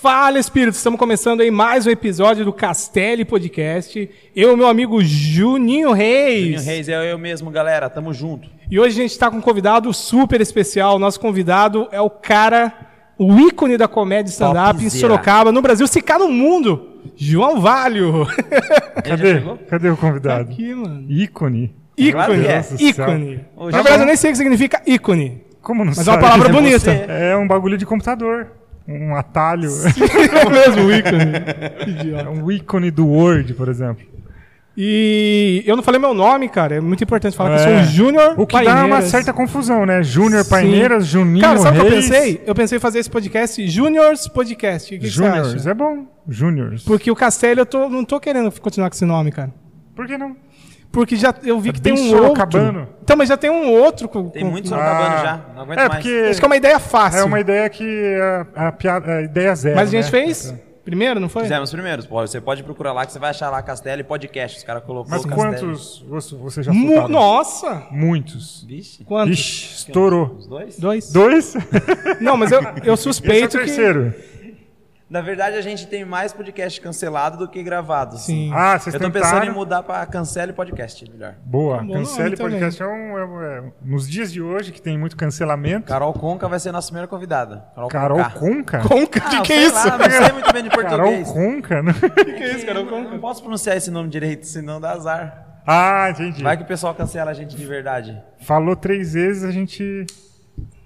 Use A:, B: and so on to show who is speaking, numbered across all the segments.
A: Fala, Espírito! Estamos começando aí mais um episódio do Castelli Podcast. Eu e meu amigo Juninho Reis.
B: Juninho Reis é eu mesmo, galera. Tamo junto.
A: E hoje a gente está com um convidado super especial. Nosso convidado é o cara, o ícone da comédia stand-up em
B: Topzera.
A: Sorocaba, no Brasil, se cá no mundo, João Valho.
B: Ele já
C: Cadê?
B: chegou?
C: Cadê o convidado?
A: Aqui, mano.
C: Ícone.
B: Claro
A: Ícone,
B: que é.
A: Nossa ícone.
B: Ô,
A: Na
B: João.
A: verdade, eu nem sei o que significa ícone.
C: Como não
A: Mas é
C: sabe?
A: uma palavra bonita.
B: você.
C: É um bagulho de computador. Um atalho.
A: É mesmo, ícone. Que idiota.
C: É um ícone do Word, por exemplo.
A: E eu não falei meu nome, cara. É muito importante falar que eu
C: É.
A: sou o Júnior
C: O que dá uma
A: Paineiras.
C: certa confusão, né? Júnior
A: Sim.
C: Paineiras, Juninho
A: Cara, sabe o que eu
C: Reis,
A: pensei? Eu pensei em fazer esse podcast Juniors Podcast. O que, que você
C: Júniors.
A: acha?
C: É bom. Júniors. Por...
A: Porque o Castelli, eu tô, não tô querendo continuar com esse nome, cara.
C: que não?
A: Porque já eu vi que tem
C: bem
A: um
C: sorocabano.
A: outro. Então, mas já tem um outro. Com,
B: Tem
A: com-
B: muito
C: Ah.
B: Sorocabano já. Não aguento
C: É,
B: mais.
C: porque
A: Acho que é uma ideia fácil.
C: é uma ideia que é a, piada, é ideia zero,
A: mas a gente
C: né?
A: fez primeiro, não foi?
B: Fizemos primeiros. Pô, você pode procurar lá que você vai achar lá Castelo e Podcast. Os caras colocou
C: Mas
B: o
C: quantos você- você já
A: Mu-
C: soltaram?
A: Nossa!
C: Muitos.
B: Vixe.
A: Quantos?
C: Ixi, estourou.
B: Os dois?
A: Dois?
C: Dois?
A: Não, mas eu, eu
C: Esse é o
A: suspeito que.
C: terceiro.
B: Na verdade, a gente tem mais podcast cancelado do que gravado. assim.
A: Sim.
C: Ah, vocês
B: Eu tô
C: tentaram?
B: pensando em mudar pra Cancela e Podcast, melhor.
C: Boa,
A: bom nome
C: cancele
A: também.
C: podcast. É um, é um- é um- nos dias de hoje, que tem muito cancelamento.
B: Carol Conca vai ser nossa primeira convidada. Carol,
C: Carol
B: Conca.
C: Conca? é
A: Conca,
B: Ah,
A: de que
B: sei
A: isso?
B: Lá, não sei muito bem de
C: Carol
B: português.
C: Conca? né?
A: que é isso, Carol
B: Eu
A: Conca?
B: Não posso pronunciar esse nome direito, senão dá azar.
C: Ah, entendi.
B: Vai que o pessoal cancela a gente de verdade.
C: Falou três vezes, a gente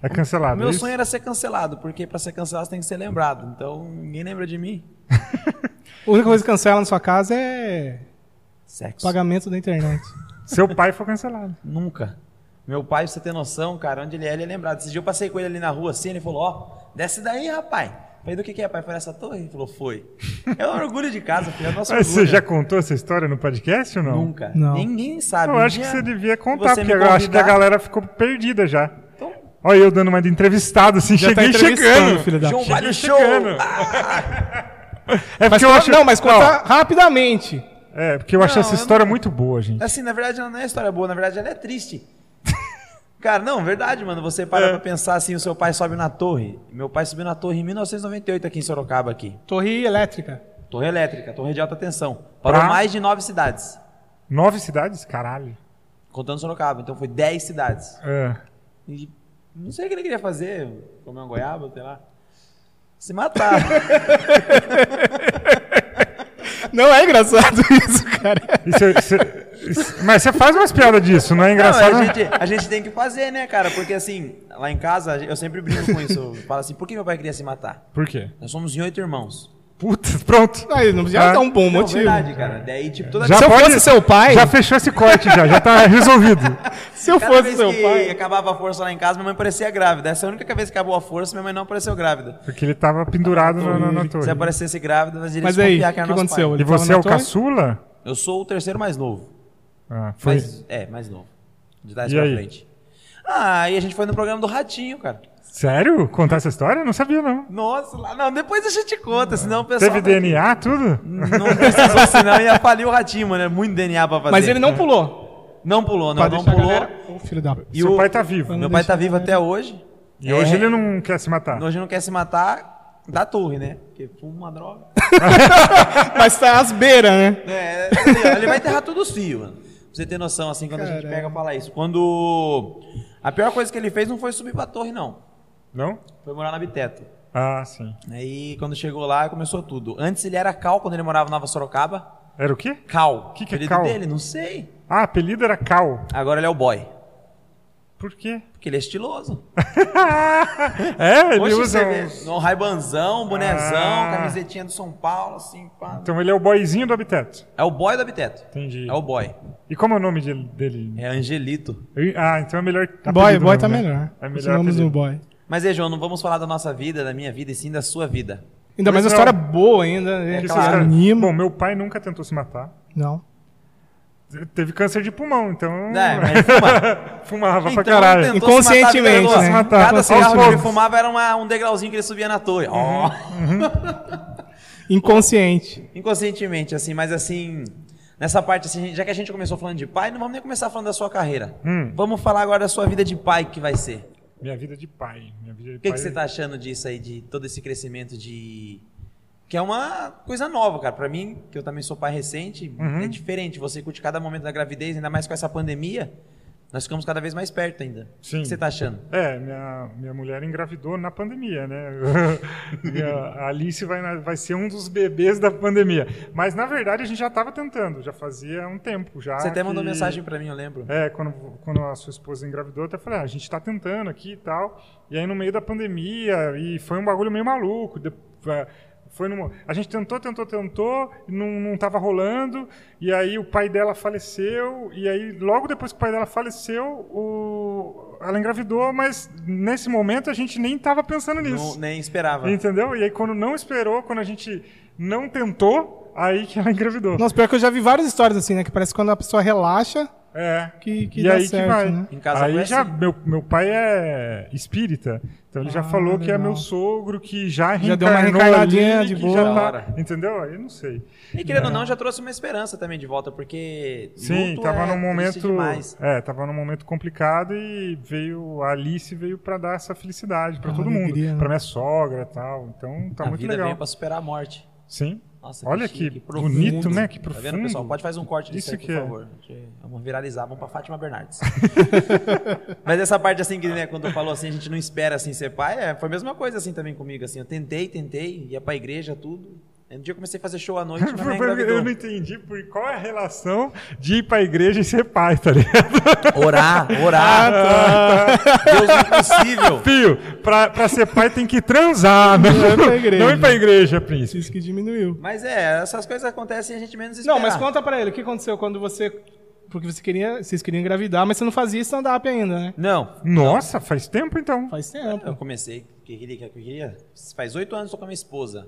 C: é cancelado. é
B: Meu
C: isso?
B: sonho era ser cancelado, porque pra ser cancelado você tem que ser lembrado. Então ninguém lembra de mim.
A: A única coisa que cancela na sua casa é
B: Sexo.
A: pagamento da internet.
B: é-
C: Seu pai foi cancelado.
B: Nunca. Meu pai, pra você ter noção, cara, onde ele é, ele é lembrado. Esse dia eu passei com ele ali na rua assim, ele falou: Ó, desce daí, rapaz. Falei: Do que, que é, pai? Foi nessa torre? Ele falou: Foi. É um orgulho de casa, filho. É nosso
C: Mas
B: orgulho.
C: você já contou essa história no podcast ou não?
B: Nunca.
A: Não.
B: Ninguém sabe.
C: Eu
B: Um
C: acho que
B: dia
C: você devia contar,
B: você me
C: porque eu acho que a
B: convidar-
C: galera ficou perdida já.
B: Então-
C: Olha, eu dando uma de entrevistado, assim,
A: Já tá
C: cheguei
A: entrevistando,
C: chegando.
A: filho da
B: João
A: puta.
B: Vale Show!
C: chegando. É
A: Mas
C: porque eu
A: conta-
C: acho.
A: Não, mas conta rapidamente.
C: É, porque eu acho
B: Não,
C: essa
B: eu
C: história muito boa, gente.
B: Assim, na verdade, ela não é história boa, na verdade, ela é triste. Cara, não, verdade, mano. Você para
C: É.
B: pra pensar assim, o seu pai sobe na torre. Meu pai subiu na torre em 1998 aqui em Sorocaba, aqui.
A: Torre elétrica.
B: Torre elétrica, torre de alta tensão. Parou
C: Pra?
B: mais de nove cidades,
C: Nove cidades? Caralho.
B: contando Sorocaba. Então foi dez cidades.
C: É.
B: E não sei o que ele queria fazer, comer uma goiaba, sei lá. Se matar.
A: Não é engraçado isso, cara.
C: E cê- cê- isso- mas você faz umas piadas disso, não é
B: Não,
C: engraçado?
B: a, gente, a gente tem que fazer, né, cara? Porque assim, lá em casa, eu sempre brinco com isso. Eu falo assim, por que meu pai queria se matar?
C: Por quê?
B: Nós somos em oito irmãos.
C: Putz, pronto.
A: Aí não já
C: Ah.
A: dá um bom
B: Não,
A: motivo.
B: verdade, cara. Daí, tipo, toda
A: Já-
B: vez,
A: eu fosse seu pai-
C: Já fechou esse corte, já, já tá resolvido.
A: Se eu
B: cada
A: fosse
B: vez
A: seu
B: que
A: pai.
B: acabava a força lá em casa, minha mãe parecia grávida. Essa é a única vez que acabou a força, minha mãe não apareceu grávida.
C: Porque ele tava pendurado na, na, na torre.
B: Se aparecesse grávida, nós iríamos
A: Mas aí,
B: confiar
A: o que
B: que era nosso
A: aconteceu?
B: pai.
C: E
A: Ele tava
C: você
A: na
C: é o
A: torre?
C: caçula?
B: Eu sou o terceiro mais novo.
C: Ah, foi.
B: Mas, é, mais novo. De trás
C: E
B: pra
C: aí?
B: frente. Ah, e a gente foi no programa do Ratinho, cara.
C: Sério? Contar essa história? Eu Não sabia, não.
B: Nossa, lá- não, depois a gente conta, senão o pessoal...
C: Teve DNA, tudo?
B: Não precisou, senão ia falir o Ratinho, mano. É muito DNA pra fazer.
A: Mas ele
C: né?
A: não pulou.
B: Não pulou, não,
A: Pra
B: não
A: deixar a
B: pulou.
A: galera- Ô, filho da.
B: E
C: Seu
B: o-
C: pai tá vivo.
B: Meu pai tá vivo até hoje.
C: E hoje
B: É.
C: ele não quer se matar.
B: Hoje não quer se matar da torre, né? Porque fuma uma droga.
A: Mas tá às beiras, né?
B: É, assim, ó, ele vai enterrar todos os fios, mano. Pra você ter noção, assim, quando a gente
A: Caramba.
B: pega falar isso. Quando. A pior coisa que ele fez não foi subir pra torre, não.
C: Não?
B: Foi morar na Biteto.
C: Ah, sim.
B: Aí, quando chegou lá, começou tudo. Antes ele era Cal, quando ele morava em Nova Sorocaba.
C: Era o quê?
B: Cal.
C: Que que é
B: Apelido
C: Cal?
B: dele? Não sei.
C: Ah, apelido era Cal.
B: Agora ele é o boy.
C: Por quê?
B: Porque ele é estiloso.
C: É, ele
B: Hoje
C: usa
B: você
C: um...
B: vê. No raibanzão, bonezão,
C: Ah.
B: camisetinha do São Paulo, assim, pá.
C: Então ele é o boyzinho do Habitat.
B: É o boy do Biteto.
C: Entendi.
B: É o boy.
C: E como é o nome de- dele?
B: É Angelito.
C: Ah, então é melhor.
A: Boy,
C: apelido
A: boy
C: mesmo,
A: tá
C: né?
A: melhor.
C: É melhor.
A: Continuamos no
C: apelido.
A: boy.
B: Mas aí, João, não vamos falar da nossa vida, da minha vida, e sim da sua vida.
A: Ainda mais uma
C: Pois
A: história
C: não.
A: boa ainda.
B: É
A: né? Que
C: Porque esses caras-
A: anima.
C: É Bom, meu pai nunca tentou se matar.
A: Não.
C: Teve câncer de pulmão, então.
B: É, mas fuma.
C: Fumava pra
B: Então,
C: caralho.
B: tentou se matar,
A: Inconscientemente,
B: tentou
A: né?
B: se matar. Cada
A: Inconscientemente.
B: cigarro que ele fumava era uma- um degrauzinho que ele subia na torre.
C: Uhum.
B: Ó.
A: Inconsciente.
B: Inconscientemente, assim, mas assim. Nessa parte, assim, já que a gente começou falando de pai, não vamos nem começar falando da sua carreira.
C: Hum.
B: Vamos falar agora da sua vida de pai que vai ser.
C: Minha vida de pai. Minha vida de
B: O que, tá
C: pai.
B: que você tá achando disso aí, de todo esse crescimento de que é uma coisa nova, cara. Pra mim, que eu também sou pai recente,
C: Uhum.
B: é diferente. Você curte cada momento da gravidez, ainda mais com essa pandemia. Nós ficamos cada vez mais perto ainda.
C: Sim.
B: O que você tá achando?
C: É, minha, minha mulher engravidou na pandemia, né? E a a Alice vai, na- vai ser um dos bebês da pandemia. Mas, na verdade, a gente já estava tentando, já fazia um tempo já.
B: Você até mandou
C: que-
B: mensagem pra mim, eu lembro.
C: É, quando, quando a sua esposa engravidou, eu até falei, ah, a gente tá tentando aqui e tal. E aí no meio da pandemia, e foi um bagulho meio maluco. de- é, foi numa- a gente tentou, tentou, tentou, e não, não tava rolando. E aí o pai dela faleceu. E aí logo depois que o pai dela faleceu, o- ela engravidou, mas nesse momento a gente nem tava pensando
B: Não-
C: nisso.
B: nem esperava.
C: Entendeu? E aí quando não esperou, quando a gente não tentou, aí que ela engravidou.
A: Nossa, pior que eu já vi várias histórias assim, né? Que parece que quando a pessoa relaxa,
C: É.
A: que, que
C: e
A: dá
C: aí
A: certo,
C: que vai.
A: né?
B: Em casa
C: aí
B: foi
C: já,
B: assim.
C: meu, meu pai é espírita, então ele já
A: Ah,
C: falou que é
A: legal.
C: meu sogro, que já
A: Já deu uma
C: reencarnou
A: reencarnadinha
C: ali,
A: de
C: que
A: boa.
C: já
B: Da
C: tá-
B: hora.
C: entendeu? Aí eu não sei.
B: E querendo ou não, já trouxe uma esperança também de volta, porque.
C: É. Sim,
B: luto
C: tava
B: é
C: num
B: triste
C: momento,
B: demais.
C: é, tava num momento complicado e veio a Alice veio para dar essa felicidade para
A: Ah,
C: todo
A: alegria,
C: mundo,
A: né?
C: para minha sogra, e tal. Então tá
B: a
C: muito
B: vida é
C: legal.
B: veio pra superar a morte.
C: Sim.
B: Nossa,
C: Olha
B: chique,
C: que,
B: profundo.
C: bonito, né? Que
B: Tá
C: profundo.
B: vendo, pessoal? Pode fazer um corte disso
C: Isso
B: aí,
C: que
B: por
C: é.
B: favor. Vamos viralizar, vamos pra Fátima Bernardes. Mas essa parte, assim, que né, quando tu falou assim, a gente não espera, assim, ser pai, é, foi a mesma coisa, assim, também comigo, assim. Eu tentei, tentei, ia pra igreja, tudo. Aí, um dia eu comecei a fazer show à noite, mas
C: Eu não
B: engravidou.
C: entendi por qual é a relação de ir pra igreja e ser pai, tá ligado?
B: Orar,
A: Ah,
B: orar.
A: tá,
C: Ah, tá.
B: Deus é impossível.
C: Fio, pra, pra ser pai tem que transar, né?
A: Não ir pra igreja.
C: Não ir pra igreja, príncipe.
A: Isso que diminuiu.
B: Mas é, essas coisas acontecem e a gente menos espera.
A: Não, mas conta pra ele, o que aconteceu quando você. Porque você queria, vocês queriam engravidar, mas você não fazia stand-up ainda, né?
B: Não,
C: Nossa, faz tempo então.
A: Faz
B: Eu
A: tempo.
B: comecei, que queria, que queria. Faz oito anos que eu tô com a minha esposa.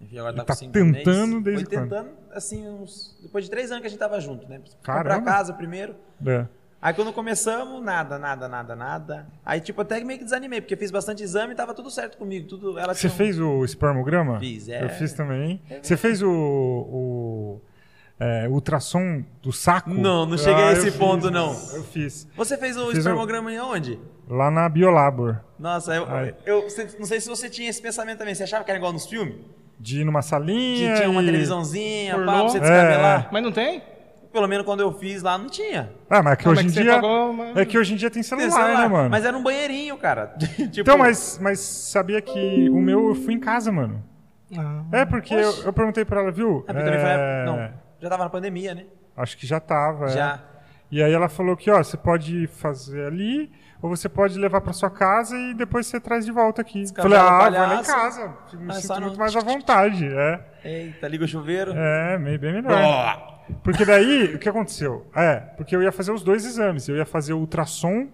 B: Minha filha agora tá,
C: E tá
B: com cinco meses.
C: tentando desde
B: Foi tentando, assim, uns- depois de três anos que a gente tava junto, né? Comprar
C: Caramba.
B: casa primeiro.
C: É.
B: Aí quando começamos, nada, nada, nada, nada. Aí, tipo, até meio que desanimei, porque fiz bastante exame e tava tudo certo comigo. Tudo, ela
C: Você
B: tinha um-
C: fez o espermograma?
B: Fiz, é.
C: Eu fiz também. Você fez o, o é, ultrassom do saco? Ah,
B: Não, não cheguei a
C: eu
B: esse
C: fiz,
B: ponto, não.
C: Eu fiz.
B: Você fez o
C: Fiz um-
B: espermograma em onde?
C: Lá na Biolabor.
B: Nossa, eu,
C: Ai.
B: eu você- não sei se você tinha esse pensamento também. Você achava que era igual nos filmes?
C: De ir numa
B: Que
C: salinha.
B: tinha uma
C: e-
B: televisãozinha, pá, pra
A: pornô?
B: você
A: É,
B: descabelar.
A: Mas não tem?
B: Pelo menos quando eu fiz lá, não tinha.
C: Ah, mas que
A: Ah, mas
C: hoje em
A: que você
C: dia.
A: pagou uma-
C: É que hoje em dia tem celular,
B: Tem celular,
C: né, mano?
B: Mas era um banheirinho, cara. Tipo,
C: Então, mas, mas sabia que o meu eu fui em casa, mano.
A: Ah.
C: É, porque eu, eu perguntei pra ela, viu?
B: Ah, porque também foi na
C: é,
B: época- Não, já tava na pandemia, né?
C: Acho que já tava. é.
B: Já.
C: E aí ela falou que, ó, você pode fazer ali, ou você pode levar pra sua casa e depois você traz de volta aqui.
B: Escapar
C: Falei, ah,
B: do
C: vai lá em
B: palhaço.
C: casa. Fico- Me
B: Ah, só
C: sinto
B: não-
C: muito mais à vontade. É,
B: Eita, liga o chuveiro.
C: é meio, bem melhor. Porque daí, o que aconteceu? É, porque eu ia fazer os dois exames. Eu ia fazer o ultrassom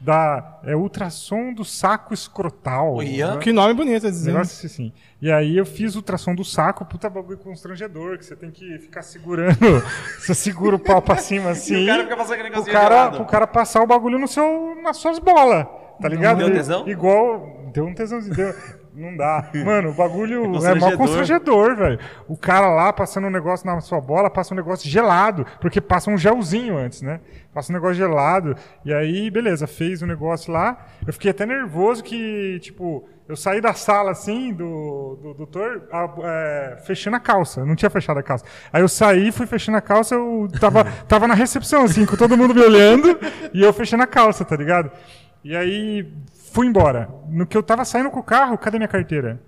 C: da... É ultrassom do saco escrotal.
B: O Ian?
A: Que nome bonito,
C: Um
A: dizendo.
C: Negócio assim. E aí eu fiz o tração do saco, puta bagulho constrangedor, que você tem que ficar segurando. você segura o pau pra cima assim.
B: E o cara fica passando aquele
C: pro
B: negocinho
C: cara,
B: gelado.
C: pro cara passar o bagulho no seu, nas suas bolas. Tá ligado?
B: deu tesão?
C: Igual. Deu um tesãozinho. deu- Não dá. Mano, o bagulho é, mal
B: constrangedor.
C: constrangedor, velho. O cara lá passando um negócio na sua bola, passa um negócio gelado, porque passa um gelzinho antes, né? Passa um negócio gelado. E aí, beleza, fez o negócio lá. Eu fiquei até nervoso que, tipo, eu saí da sala assim, do, do doutor, a- é, fechando a calça. Eu não tinha fechado a calça. Aí eu saí, fui fechando a calça, eu tava, tava na recepção, assim, com todo mundo me olhando, e eu fechando a calça, tá ligado? E aí, fui embora. No que eu tava saindo com o carro, cadê minha carteira?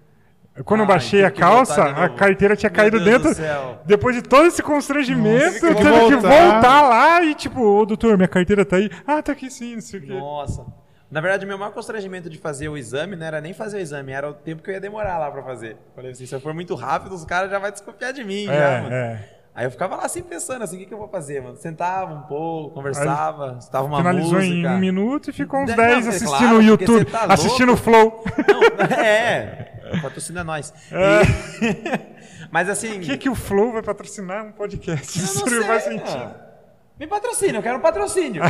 C: Quando eu
B: Ai,
C: baixei
B: teve
C: a
B: que voltar
C: calça,
B: de
C: a
B: novo.
C: carteira tinha
B: Meu
C: caído
B: Deus do
C: dentro.
B: céu.
C: Depois de todo esse constrangimento,
A: Nossa, teve
C: eu
A: que
C: teve que
A: voltar.
C: voltar lá e tipo, ô doutor, minha carteira tá aí. Ah, tá aqui sim, não sei o quê.
B: Nossa. Na verdade, o meu maior constrangimento de fazer o exame não era nem fazer o exame, era o tempo que eu ia demorar lá pra fazer. Falei assim, se eu for muito rápido, os caras já vão desconfiar de mim, já, mano.
C: É, é.
B: Aí eu ficava lá assim pensando assim, o que, que eu vou fazer, mano? Sentava um pouco, conversava, estava uma
C: Finalizou
B: música.
C: em um minuto e ficou uns
B: Não,
C: 10
B: é
C: assistindo
B: claro,
C: o
B: porque
C: YouTube,
B: você tá louco.
C: assistindo o Flow.
B: Não, é. Patrocina nós. E- Mas assim.
C: O É. que, que o Flow vai patrocinar um podcast?
B: eu
C: Isso
B: não
C: não faz
B: sei,
C: sentido. É,
B: cara. Me patrocina, eu quero um patrocínio.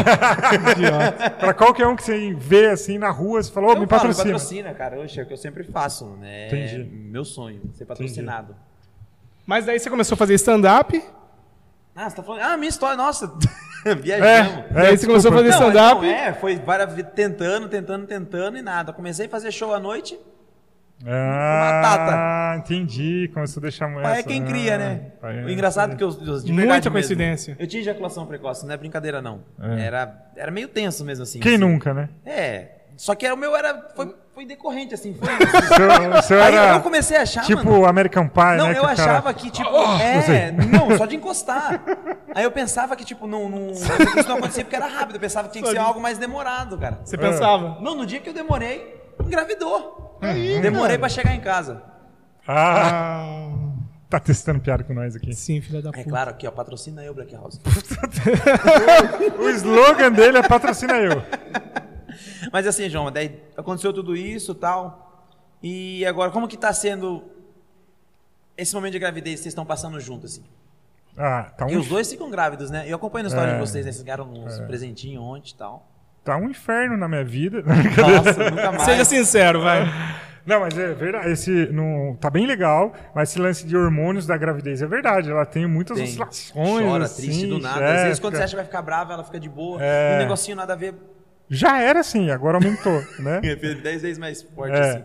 C: Pra qualquer um que você vê assim na rua, você fala, ô,
B: Eu
C: me
B: falo,
C: patrocina.
B: patrocina, cara. Oxe, é o que eu sempre faço, né?
C: Entendi.
B: É meu sonho, ser patrocinado.
A: Mas daí você começou a fazer stand-up,
B: Ah, você tá falando. Ah, minha história, nossa.
C: É,
B: Viajamos.
C: é,
A: Daí você começou a
C: desculpa.
A: fazer- stand-up.
B: é, foi várias vezes tentando, tentando, tentando e nada. Comecei a fazer show à noite.
C: Ah, entendi. Começou a deixar mulher.
B: Pai é quem
C: ah,
B: cria, né? O engraçado é que eu, eu-
A: Muita
B: de verdade mesmo,
A: coincidência.
B: eu tinha ejaculação precoce, não é brincadeira não.
C: É.
B: Era, era meio tenso mesmo assim.
C: Quem
B: assim.
C: nunca, né?
B: É, só que era, o meu era, foi, foi decorrente assim. Foi,
C: O seu, o seu
B: aí
C: era
B: eu comecei a achar,
C: tipo
B: Ah, mano.
C: American Pie,
B: Não,
C: né?
B: eu
C: que o cara-
B: achava que, tipo, é, não, só de encostar. Aí eu pensava que, tipo, não, não, isso não acontecia porque era rápido. Eu pensava que tinha que ser algo mais demorado, cara.
A: Você pensava.
B: Não, no dia que eu demorei, engravidou.
C: É
B: demorei pra chegar em casa.
C: Ah, tá testando piada com nós aqui.
A: Ah, Sim, filha da puta.
B: É claro, aqui, ó, patrocina eu, Black House.
C: O slogan dele é patrocina eu.
B: Mas assim, João, daí aconteceu tudo isso e tal. E agora, como que tá sendo esse momento de gravidez que vocês estão passando junto, assim?
C: Ah, tá
B: E
C: um,
B: os dois ficam grávidos, né? Eu acompanho a história
C: É.
B: de vocês, né? Vocês ganharam uns presentinhos ontem e tal.
C: tá um inferno na minha vida.
B: Nossa, nunca mais.
A: Seja sincero, vai.
C: Não, mas é verdade. Esse não tá bem legal, mas esse lance de hormônios da gravidez é verdade. Ela tem muitas
B: Tem.
C: oscilações.
B: Chora,
C: assim,
B: triste do nada.
C: é,
B: Às vezes quando
C: fica-
B: você acha que vai ficar brava, ela fica de boa.
C: É.
B: Um negocinho nada a ver.
C: Já era assim, agora aumentou, né?
B: É, Dez vezes mais forte,
C: É.
B: assim.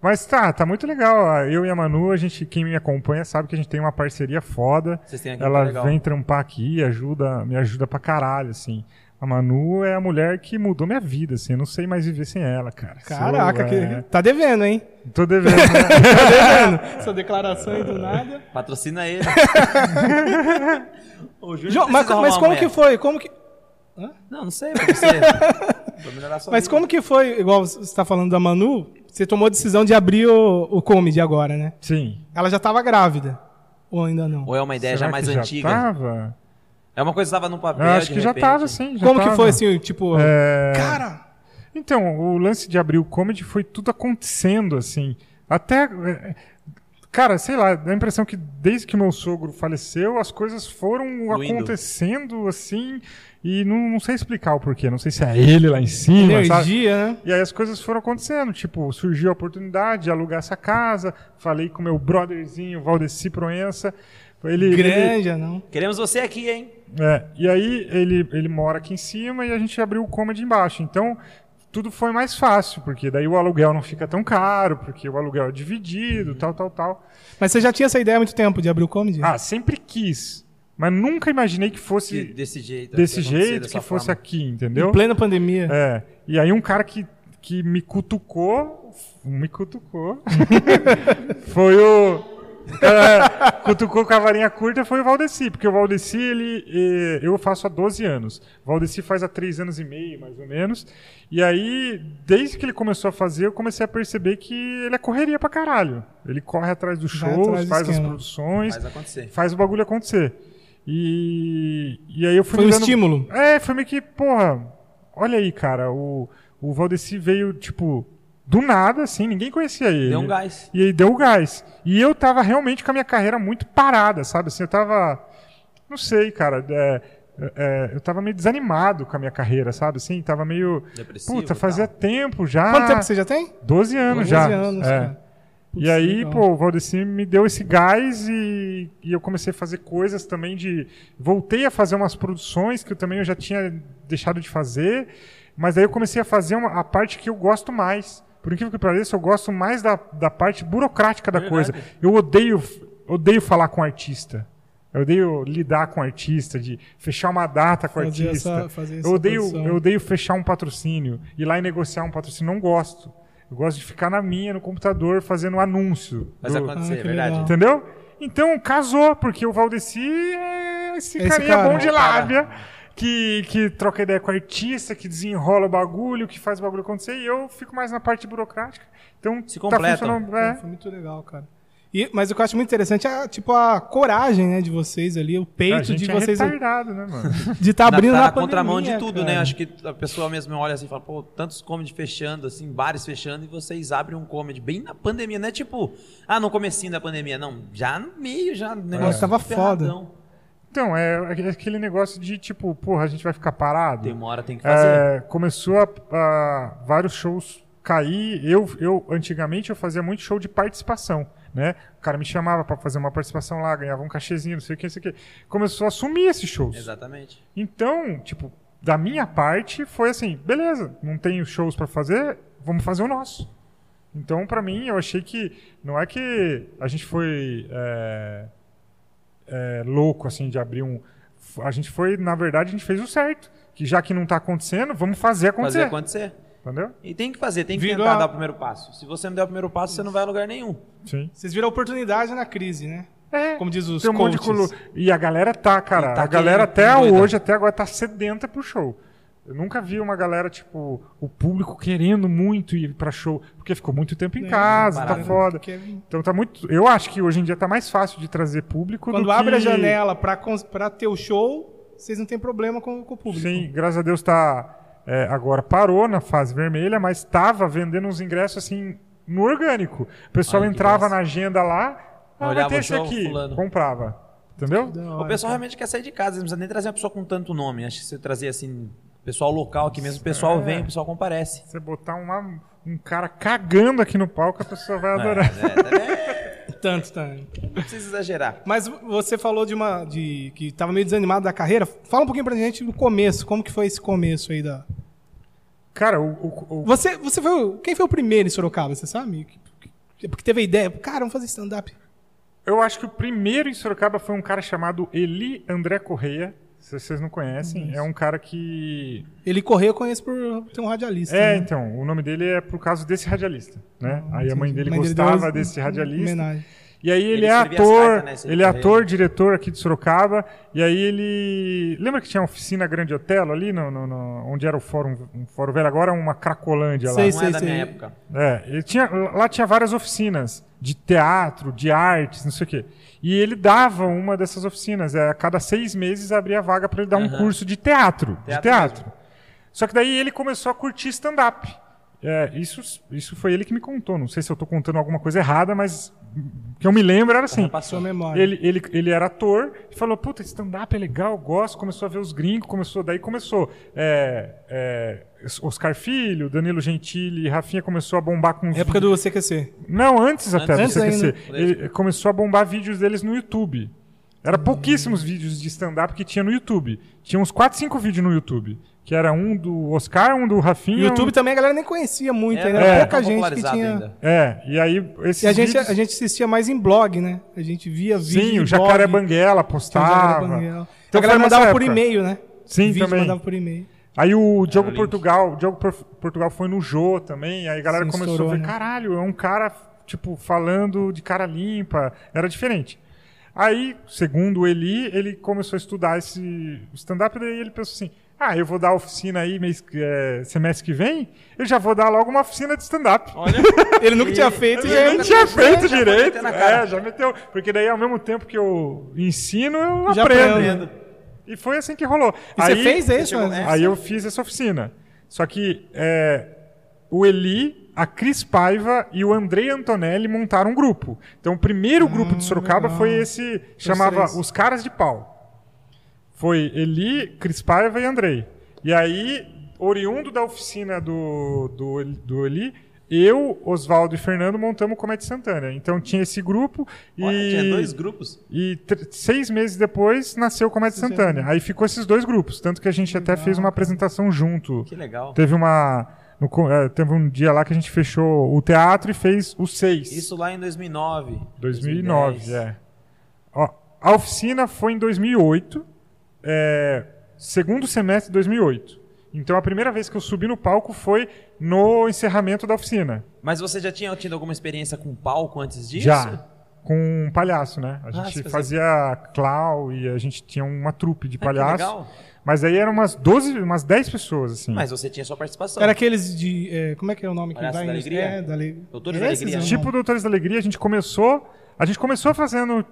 C: Mas tá, tá muito legal. Eu e a Manu, a gente, quem me acompanha sabe que a gente tem uma parceria foda.
B: Vocês têm aqui,
C: Ela
B: tá legal.
C: vem trampar aqui, ajuda, me ajuda pra caralho, assim. A Manu é a mulher que mudou minha vida, assim. Eu não sei mais viver sem ela, cara.
A: Caraca,
C: Sou,
A: que...
C: é,
A: tá devendo, hein?
C: Tô devendo. né?
A: Essa declaração aí do nada.
B: Patrocina ele. Ô, Júnior,
A: Jo-
B: precisa
A: mas,
B: arrumar
A: mas
B: uma
A: como
B: mulher.
A: que foi? Como que,
B: Não, não sei pra você. pra melhorar a sua
A: mas
B: vida.
A: como que foi, igual você está falando da Manu, você tomou a decisão de abrir o, o comedy agora, né?
C: Sim.
A: Ela já estava grávida. Ou ainda não?
B: Ou é uma ideia já
C: Será
B: mais
C: que
B: antiga?
C: Já tava?
B: É uma coisa que tava no papel,
C: Eu acho
B: de
C: que já
B: repente.
C: tava, sim. já
A: como que
C: tava.
A: foi assim, tipo.
C: É,
A: Cara!
C: Então, o lance de abrir o comedy foi tudo acontecendo, assim. Até. eh, Cara, sei lá, dá a impressão que desde que meu sogro faleceu, as coisas foram
B: Fluindo.
C: acontecendo assim, e não, não sei explicar o porquê. Não sei se é ele lá em cima, sabe?
A: Energia, né?
C: E aí as coisas foram acontecendo, tipo, surgiu a oportunidade de alugar essa casa, falei com meu brotherzinho, Valdeci Proença. Ele, ele-
A: Grande, não?
B: Queremos você aqui, hein?
C: é, e aí ele, ele mora aqui em cima e a gente abriu o comedy embaixo. Então, tudo foi mais fácil, porque daí o aluguel não fica tão caro, porque o aluguel é dividido,
B: Uhum.
C: tal, tal, tal.
A: Mas você já tinha essa ideia há muito tempo de abrir o comedy?
C: Ah, sempre quis, mas nunca imaginei que
B: De-
C: fosse
B: desse jeito.
C: desse
B: que ia acontecer
C: jeito,
B: dessa
C: que fosse
B: forma.
C: aqui,
A: em
C: entendeu?
A: plena pandemia.
C: É. E aí um cara que, que me cutucou, me cutucou, foi o... É, cutucou com a varinha curta foi o Valdeci, porque o Valdeci, ele, eh, eu faço há 12 anos. O Valdeci faz há 3 anos e meio, mais ou menos. E aí, desde que ele começou a fazer, eu comecei a perceber que ele é correria pra caralho. Ele corre atrás dos
A: Vai
C: shows,
A: atrás do
C: faz as
A: esquema.
C: produções,
B: Faz acontecer.
C: faz o bagulho acontecer. E, e aí eu fui
A: Foi um
C: me dando-
A: estímulo.
C: é, foi meio que, porra, olha aí, cara, o, o Valdeci veio, tipo, do nada, assim, ninguém conhecia ele.
B: Deu um gás.
C: E aí deu o gás. E eu tava realmente com a minha carreira muito parada, sabe? Assim, eu tava. Não sei, cara. é, é, eu tava meio desanimado com a minha carreira, sabe? Assim, tava meio.
B: Depressivo
C: Puta,
B: e
C: fazia tempo Ah, já.
A: Quanto tempo você já tem?
C: 12 anos
A: 12
C: já.
A: anos,
C: é.
A: cara. Putz,
C: E aí,
A: legal.
C: pô, o Valdeci me deu esse gás e, e eu comecei a fazer coisas também de. Voltei a fazer umas produções que eu também eu já tinha deixado de fazer, mas aí eu comecei a fazer uma- a parte que eu gosto mais. Por incrível que pareça, eu gosto mais da, da parte burocrática da
B: Verdade.
C: coisa. Eu odeio, odeio falar com artista. Eu odeio lidar com artista, de fechar uma data com
A: Fazer
C: artista.
A: essa- fazer essa
C: eu, odeio,
A: produção.
C: eu odeio fechar um patrocínio, ir lá e negociar um patrocínio. Não gosto. Eu gosto de ficar na minha, no computador, fazendo anúncio.
B: Faz
C: do-
B: acontecer,
A: Ah,
B: é
A: que
B: verdade.
A: legal.
C: Entendeu? Então, casou, porque o Valdeci é esse,
A: Esse
C: carinha
A: cara. né?
C: bom de
B: É o cara.
C: lábia, que, que troca ideia com o artista, que desenrola o bagulho, que faz o bagulho acontecer, e eu fico mais na parte burocrática. Então,
B: Se completam.
C: tá funcionando.
A: Pô,
C: é.
A: Foi muito legal, cara. E- mas o que eu acho muito interessante é tipo a coragem né, de vocês ali, o
C: A
A: peito
C: gente
A: de
C: é
A: vocês
C: retardado, né, mano?
A: de estar
B: Na-
A: abrindo
B: tá
A: na,
B: na contramão de
A: pandemia,
B: tudo,
A: cara.
B: né? Acho que a pessoa mesmo olha assim e fala, pô, tantos comedy fechando, assim, bares fechando, e vocês abrem um comedy bem na pandemia, não é tipo, ah, no comecinho da pandemia, não, já no meio, já o negócio
A: É. Tava
B: ferradão.
C: Então, é aquele negócio de tipo, porra, a gente vai ficar parado.
B: Tem uma hora tem que fazer.
C: É, começou a, a vários shows cair. Eu, eu antigamente eu fazia muito show de participação, né? O cara me chamava pra fazer uma participação lá, ganhava um cachezinho, não sei o que, não sei o que. Começou a sumir esses shows.
B: Exatamente.
C: Então, tipo, da minha parte foi assim, beleza, não tenho shows pra fazer, vamos fazer o nosso. Então, pra mim, eu achei que. Não é que a gente foi é, é, louco, assim, de abrir um. A gente foi, na verdade, a gente fez o certo. Que já que não tá acontecendo, vamos fazer acontecer.
B: Fazer acontecer.
C: Entendeu?
B: E tem que fazer, tem que
A: Virou
B: tentar
A: a-
B: dar o primeiro passo. Se você não der o primeiro passo, você não vai a lugar nenhum.
C: Sim.
A: Vocês viram a oportunidade na crise, né?
C: É.
A: Como diz os
C: Tem um monte de
A: coaches.
C: colu- E a galera tá, cara.
B: E tá
C: a galera
B: que- que
C: até
B: doida.
C: hoje, até agora, tá sedenta pro show. Eu nunca vi uma galera, tipo, o público querendo muito ir pra show, porque ficou muito tempo em
A: É,
C: casa, tá
B: parada.
C: foda.
A: Porque
C: Então tá muito. Eu acho que hoje em dia tá mais fácil de trazer público do
A: Quando abre
C: que...
A: a janela pra, cons- pra ter o show, vocês não têm problema com, com o público.
C: Sim, graças a Deus tá. é, agora parou na fase vermelha, mas tava vendendo uns ingressos assim no orgânico. O pessoal
B: Olha que
C: entrava
B: graça.
C: na agenda lá, ah, vai
B: Olhava
C: ter
B: o
C: esse
B: show,
C: aqui,
B: fulano.
C: comprava. Entendeu?
A: Da
B: O
A: hora,
B: pessoal
A: cara.
B: realmente quer sair de casa, não precisa nem trazer uma pessoa com tanto nome. Acho que se eu trazer assim, pessoal local aqui mesmo, o pessoal vem, o pessoal comparece.
C: Você botar uma- um cara cagando aqui no palco, a pessoa
B: É,
C: vai adorar.
A: Tanto, tanto.
B: Não precisa exagerar.
A: Mas você falou de uma. De, que tava meio desanimado da carreira. Fala um pouquinho pra gente do começo. Como que foi esse começo aí da.
C: Cara, o, o- o-
A: Você, você foi. o- Quem foi o primeiro em Sorocaba, você sabe? Que- que- Porque teve a ideia. Cara, vamos fazer stand-up.
C: eu acho que o primeiro em Sorocaba foi um cara chamado Eli André Correia. Se vocês não conhecem, é um cara que
A: Ele correu, eu conheço por ter um radialista.
C: É,
A: né?
C: então, o nome dele é por causa desse radialista, né? Aí a mãe dele
A: Mas ele deu
C: gostava
A: uma-
C: desse
A: uma
C: radialista.
A: homenagem.
C: E aí ele,
B: Ele
C: é
B: escrevia as
C: ator,
B: cartas, né, esse
C: ele é
B: Correia.
C: ator, diretor aqui de Sorocaba. E aí ele, lembra que tinha uma oficina Grande Otelo ali, no, no- no- onde era o fórum, um fórum velho, agora é uma cracolândia lá.
A: Sei,
B: Não
A: sei,
B: é da
A: sei.
B: minha época.
C: É, ele tinha, lá tinha várias oficinas de teatro, de artes, não sei o quê. E ele dava uma dessas oficinas. É, a cada seis meses abria vaga para ele dar um curso de teatro. de
B: Teatro
C: teatro. Só que daí ele começou a curtir stand-up. É, isso, isso foi ele que me contou. Não sei se eu tô contando alguma coisa errada, mas hum, o que eu me lembro era assim.
A: Sua
B: Passou mesmo.
A: memória.
C: Ele, ele, ele era ator e falou: Puta, stand-up é legal, eu gosto. Começou a ver os gringos, começou, daí começou. é, é, Oscar Filho, Danilo Gentili, Rafinha começou a bombar com os
A: Época do CQC.
C: não, antes até
B: Antes
C: do CQC.
A: ainda.
C: Ele começou a bombar vídeos deles no YouTube. Era pouquíssimos vídeos de stand-up que tinha no YouTube. Tinha uns 4, 5 vídeos no YouTube. Que era um do Oscar, um do
A: No
C: Rafinha.
A: YouTube tá- também a galera nem conhecia muito, ainda era
C: é.
A: pouca gente que tinha.
C: Um... É, e aí esses
A: E a gente,
C: vídeos...
A: a gente assistia mais em blog, né? A gente via vídeo.
C: Sim,
A: em blog,
C: o Jacaré Banguela
A: tinha o Jacaré
C: postava.
A: Banguela.
C: Então
A: a galera
C: foi nessa
A: mandava por
C: época.
A: e-mail, né?
C: Sim,
A: vídeo
C: também.
A: mandava por e-mail.
C: Aí o Diogo
B: link.
C: Portugal, o Diogo Por- Portugal foi no Jô também, aí a galera
A: Sim,
C: começou
A: estourou,
C: a ver,
A: né?
C: caralho, é um cara, tipo, falando de cara limpa, era diferente. Aí, segundo o Eli, ele começou a estudar esse stand-up, daí ele pensou assim, ah, eu vou dar oficina aí mês, que- eh, semestre que vem, eu já vou dar logo uma oficina de stand-up.
B: Olha,
A: Ele nunca tinha feito.
C: Ele
A: já- um
C: nem tinha feito
B: já
C: direito,
B: meteu na cara.
C: é, já meteu, porque daí ao mesmo tempo que eu ensino, eu
A: Já né?
C: aprendo.
A: aprendo.
C: E foi assim que rolou.
A: E você fez isso?
B: chegou-
A: né?
C: Aí eu fiz essa oficina. Só que é, o Eli, a Cris Paiva e o Andrei Antonelli montaram um grupo. Então o primeiro grupo de Sorocaba
A: legal.
C: foi esse, chamava
A: três.
C: Os Caras de Pau. Foi Eli, Cris Paiva e Andrei. E aí, oriundo da oficina do, do, do Eli, eu, Oswaldo e Fernando montamos o Comedy Santana. Então tinha esse grupo e...
B: Olha, tinha dois grupos.
C: E tr- seis meses depois nasceu o Comédia Santana. Aí ficou esses dois grupos. Tanto que a gente até fez uma apresentação junto.
B: Que legal.
C: Teve uma. no co- eh, teve um dia lá que a gente fechou o teatro e fez os seis.
B: Isso lá em 2009.
C: 2009,
B: 2010.
C: é. Ó, a oficina foi em 2008, é, segundo semestre de 2008. Então a primeira vez que eu subi no palco foi no encerramento da oficina.
B: Mas você já tinha tido alguma experiência com palco antes disso?
C: Já. Com um palhaço, né? A gente
B: Ah, você
C: fazia clown e a gente tinha uma trupe de
B: Ah, que
C: palhaço.
B: legal.
C: Mas aí eram umas 12, umas 10 pessoas, assim.
B: Mas você tinha sua participação.
A: Era aqueles de. é, como é que é o nome que
B: Palhaço
A: vai?
B: da Alegria?
A: É, da alegria.
B: Doutores da Alegria.
C: tipo Doutores da Alegria, a gente começou. A gente começou fazendo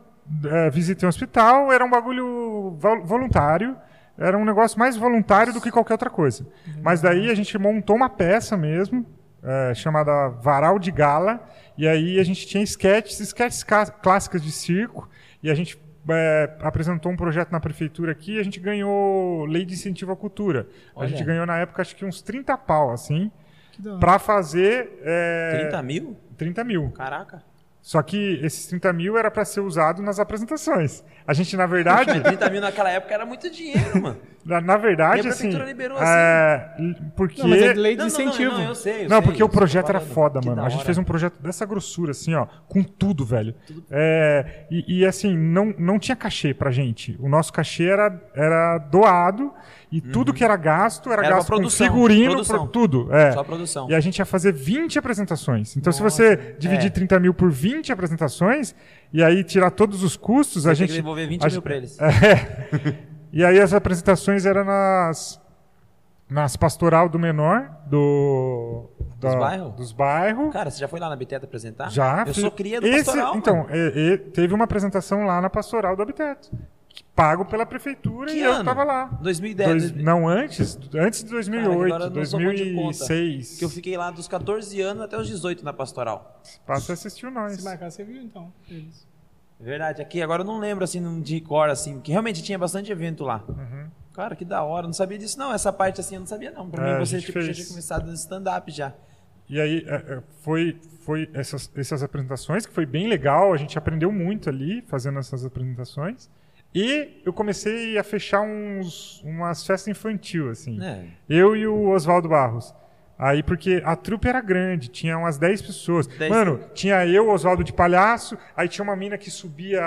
C: é, visita em hospital, era um bagulho vol- voluntário. Era um negócio mais voluntário do que qualquer outra coisa. Mas daí a gente montou uma peça mesmo, é, chamada Varal de Gala. E aí a gente tinha sketches, sketches ca- clássicas de circo. E a gente é, apresentou um projeto na prefeitura aqui e a gente ganhou lei de incentivo à cultura. A
B: Olha.
C: gente ganhou na época acho que uns 30 pau, assim.
A: Que da hora.
C: Pra fazer é,
B: 30 mil?
C: 30 mil.
B: Caraca.
C: Só que esses 30 mil era pra ser usado nas apresentações. A gente, na verdade,
B: Mas 30 mil naquela época era muito dinheiro, mano.
C: Na, na verdade,
B: E a
C: assim.
B: prefeitura liberou, assim.
C: é, porque.
A: Não, mas é lei de incentivo.
B: Não, não, eu sei, eu
C: Não,
B: sei,
C: porque o
B: eu tô
C: projeto era
B: falando.
C: foda,
B: Que
C: mano.
B: da
C: A gente
B: hora.
C: fez um projeto dessa grossura, assim, ó, com tudo, velho. É, e, e, assim, não, não tinha cachê pra gente. O nosso cachê era, era doado e tudo que era gasto era,
B: Uhum. Era pra
C: gasto com
B: produção,
C: figurino,
B: produção.
C: pro- tudo. É.
B: Só produção.
C: E a gente ia fazer 20 apresentações. Então, se
B: Então. Nossa,
C: você dividir
B: é.
C: 30 mil por 20 apresentações e aí tirar todos os custos, a
B: Tem
C: gente.
B: que devolver 20
C: a
B: mil
C: gente-
B: pra eles.
C: é. E aí as apresentações eram nas, nas pastoral do menor, do, da-
B: Dos bairro?
C: dos bairros.
B: Cara, você já foi lá na Biteta apresentar?
C: Já.
B: Eu
C: fiz-
B: sou cria do
C: Esse-
B: pastoral. mano.
C: Então, é- é- teve uma apresentação lá na pastoral do Habiteto. que Pago pela prefeitura
B: Que
C: e eu
B: ano?
C: tava lá.
B: 2010,
C: Dois-
B: 2000.
C: não, antes, antes
B: Cara, que
C: de 2008,
B: agora eu não sou bom de conta,
C: 2006.
B: Que eu fiquei lá dos 14 anos até os 18 na pastoral.
C: Passa e assistiu nós.
A: Se marcar, você viu então. Eles.
B: Verdade, aqui agora eu não lembro assim não de cor assim, que realmente tinha bastante evento lá.
C: Uhum.
B: Cara, que da hora, eu não sabia disso não, essa parte assim eu não sabia não. Pra
C: É, a
B: mim você
C: gente
B: tipo, já
C: fez.
B: tinha começado no stand up já.
C: E aí é, é, foi, foi essas, essas apresentações que foi bem legal, a gente aprendeu muito ali fazendo essas apresentações. E eu comecei a fechar uns, umas festas infantil assim.
B: É.
C: Eu e o Oswaldo Barros. Aí, porque a trupe era grande, tinha umas 10 pessoas.
B: Dez.
C: Mano, tinha eu, Oswaldo de Palhaço, aí tinha uma mina que subia.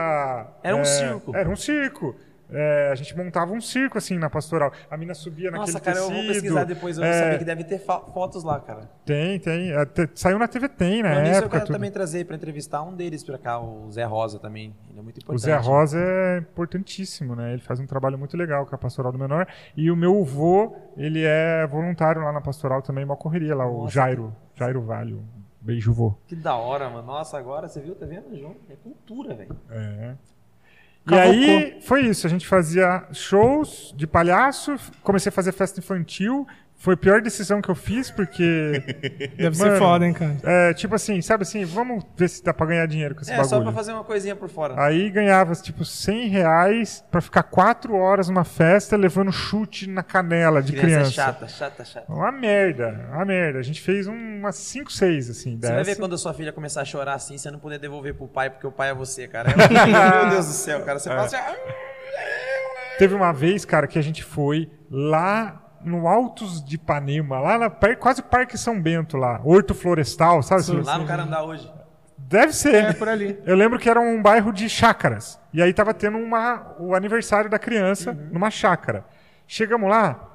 B: Era um circo.
C: Era um circo. É, a gente montava um circo, assim, na pastoral. A mina subia naquele
B: Nossa, cara, eu vou
C: tecido.
B: pesquisar depois, eu
C: É,
B: vou saber que deve ter fo- fotos lá, cara.
C: tem, tem. Até- saiu na TV Tem, na
B: Falando nisso, eu
C: época.
B: quero
C: É, tudo.
B: também trazer pra entrevistar um deles pra cá, o Zé Rosa também. Ele é muito
C: O
B: importante.
C: Zé Rosa é importantíssimo, né? Ele faz um trabalho muito legal com a Pastoral do Menor. E o meu avô, ele é voluntário lá na Pastoral também, uma correria lá, o
B: Nossa,
C: Jairo. Jairo Valho. Beijo, vô.
B: Que da hora, mano. Nossa, agora você viu, tá vendo, João? É cultura, velho.
C: É. E
A: Cavocou.
C: aí, foi isso. A gente fazia shows de palhaço, comecei a fazer festa infantil. Foi a pior decisão que eu fiz, porque,
A: Deve
C: Mano.
A: ser foda, hein, cara.
C: é, tipo assim, sabe assim, vamos ver se dá pra ganhar dinheiro com esse
B: É,
C: bagulho.
B: só pra fazer uma coisinha por fora. né?
C: Aí ganhava, tipo, 100 reais pra ficar quatro horas numa festa levando chute na canela de
B: criança, é
C: criança.
B: chata, chata, chata.
C: Uma merda, uma merda. A gente fez um- umas 5, 6, assim,
B: Você vai ver
C: dessa.
B: quando a sua filha começar a chorar assim, você não poder devolver pro pai, porque o pai é você, cara. Ela- Meu Deus do céu, cara.
C: É.
B: Você passa. "Ah,
C: Teve uma vez, cara, que a gente foi lá no Altos de Ipanema, lá na, par- quase Parque São Bento, lá. Horto Florestal, sabe? assim?
B: "Ah, Lá no Carandá hoje.
C: Deve ser.
A: É por ali.
C: Eu lembro que era um bairro de chácaras. E aí tava tendo uma, o aniversário da criança
B: Uhum.
C: numa chácara. Chegamos lá,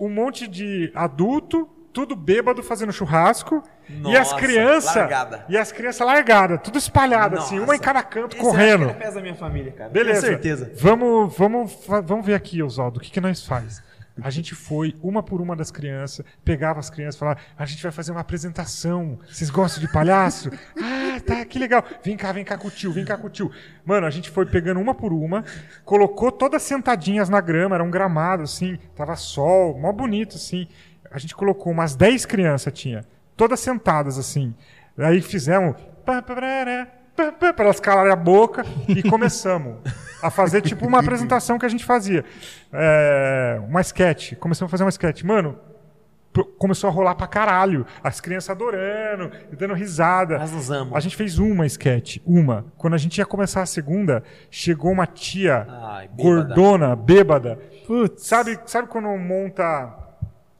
C: um monte de adulto, tudo bêbado fazendo churrasco. e as
B: Nossa,
C: crianças.
B: largada.
C: E as crianças largadas, tudo espalhado, assim, uma em cada canto, correndo.
B: É pés da minha família, cara.
C: Beleza.
B: Com certeza.
C: Vamos, vamos, fa- vamos ver aqui, Oswaldo, o que, que nós faz? A gente foi, uma por uma das crianças, pegava as crianças e falava, a gente vai fazer uma apresentação. Vocês gostam de palhaço? Ah, tá, que legal. Vem cá, vem cá com o tio, vem cá com o tio. Mano, a gente foi pegando uma por uma, colocou todas sentadinhas na grama, era um gramado, assim, tava sol, mó bonito, assim. A gente colocou umas 10 crianças, tinha, todas sentadas, assim. Aí fizemos. pá, pá, parará, pá, pá, Pra elas calarem a boca e começamos a fazer tipo uma apresentação que a gente fazia. É, uma sketch. Começamos a fazer uma sketch. Mano, pro- começou a rolar pra caralho. As crianças adorando, dando risada.
B: Nós nos amamos.
C: A gente fez uma sketch, uma. Quando a gente ia começar a segunda, chegou uma tia
B: Ai, Ah, bêbada.
C: gordona, bêbada.
A: Putz.
C: Sabe, sabe quando monta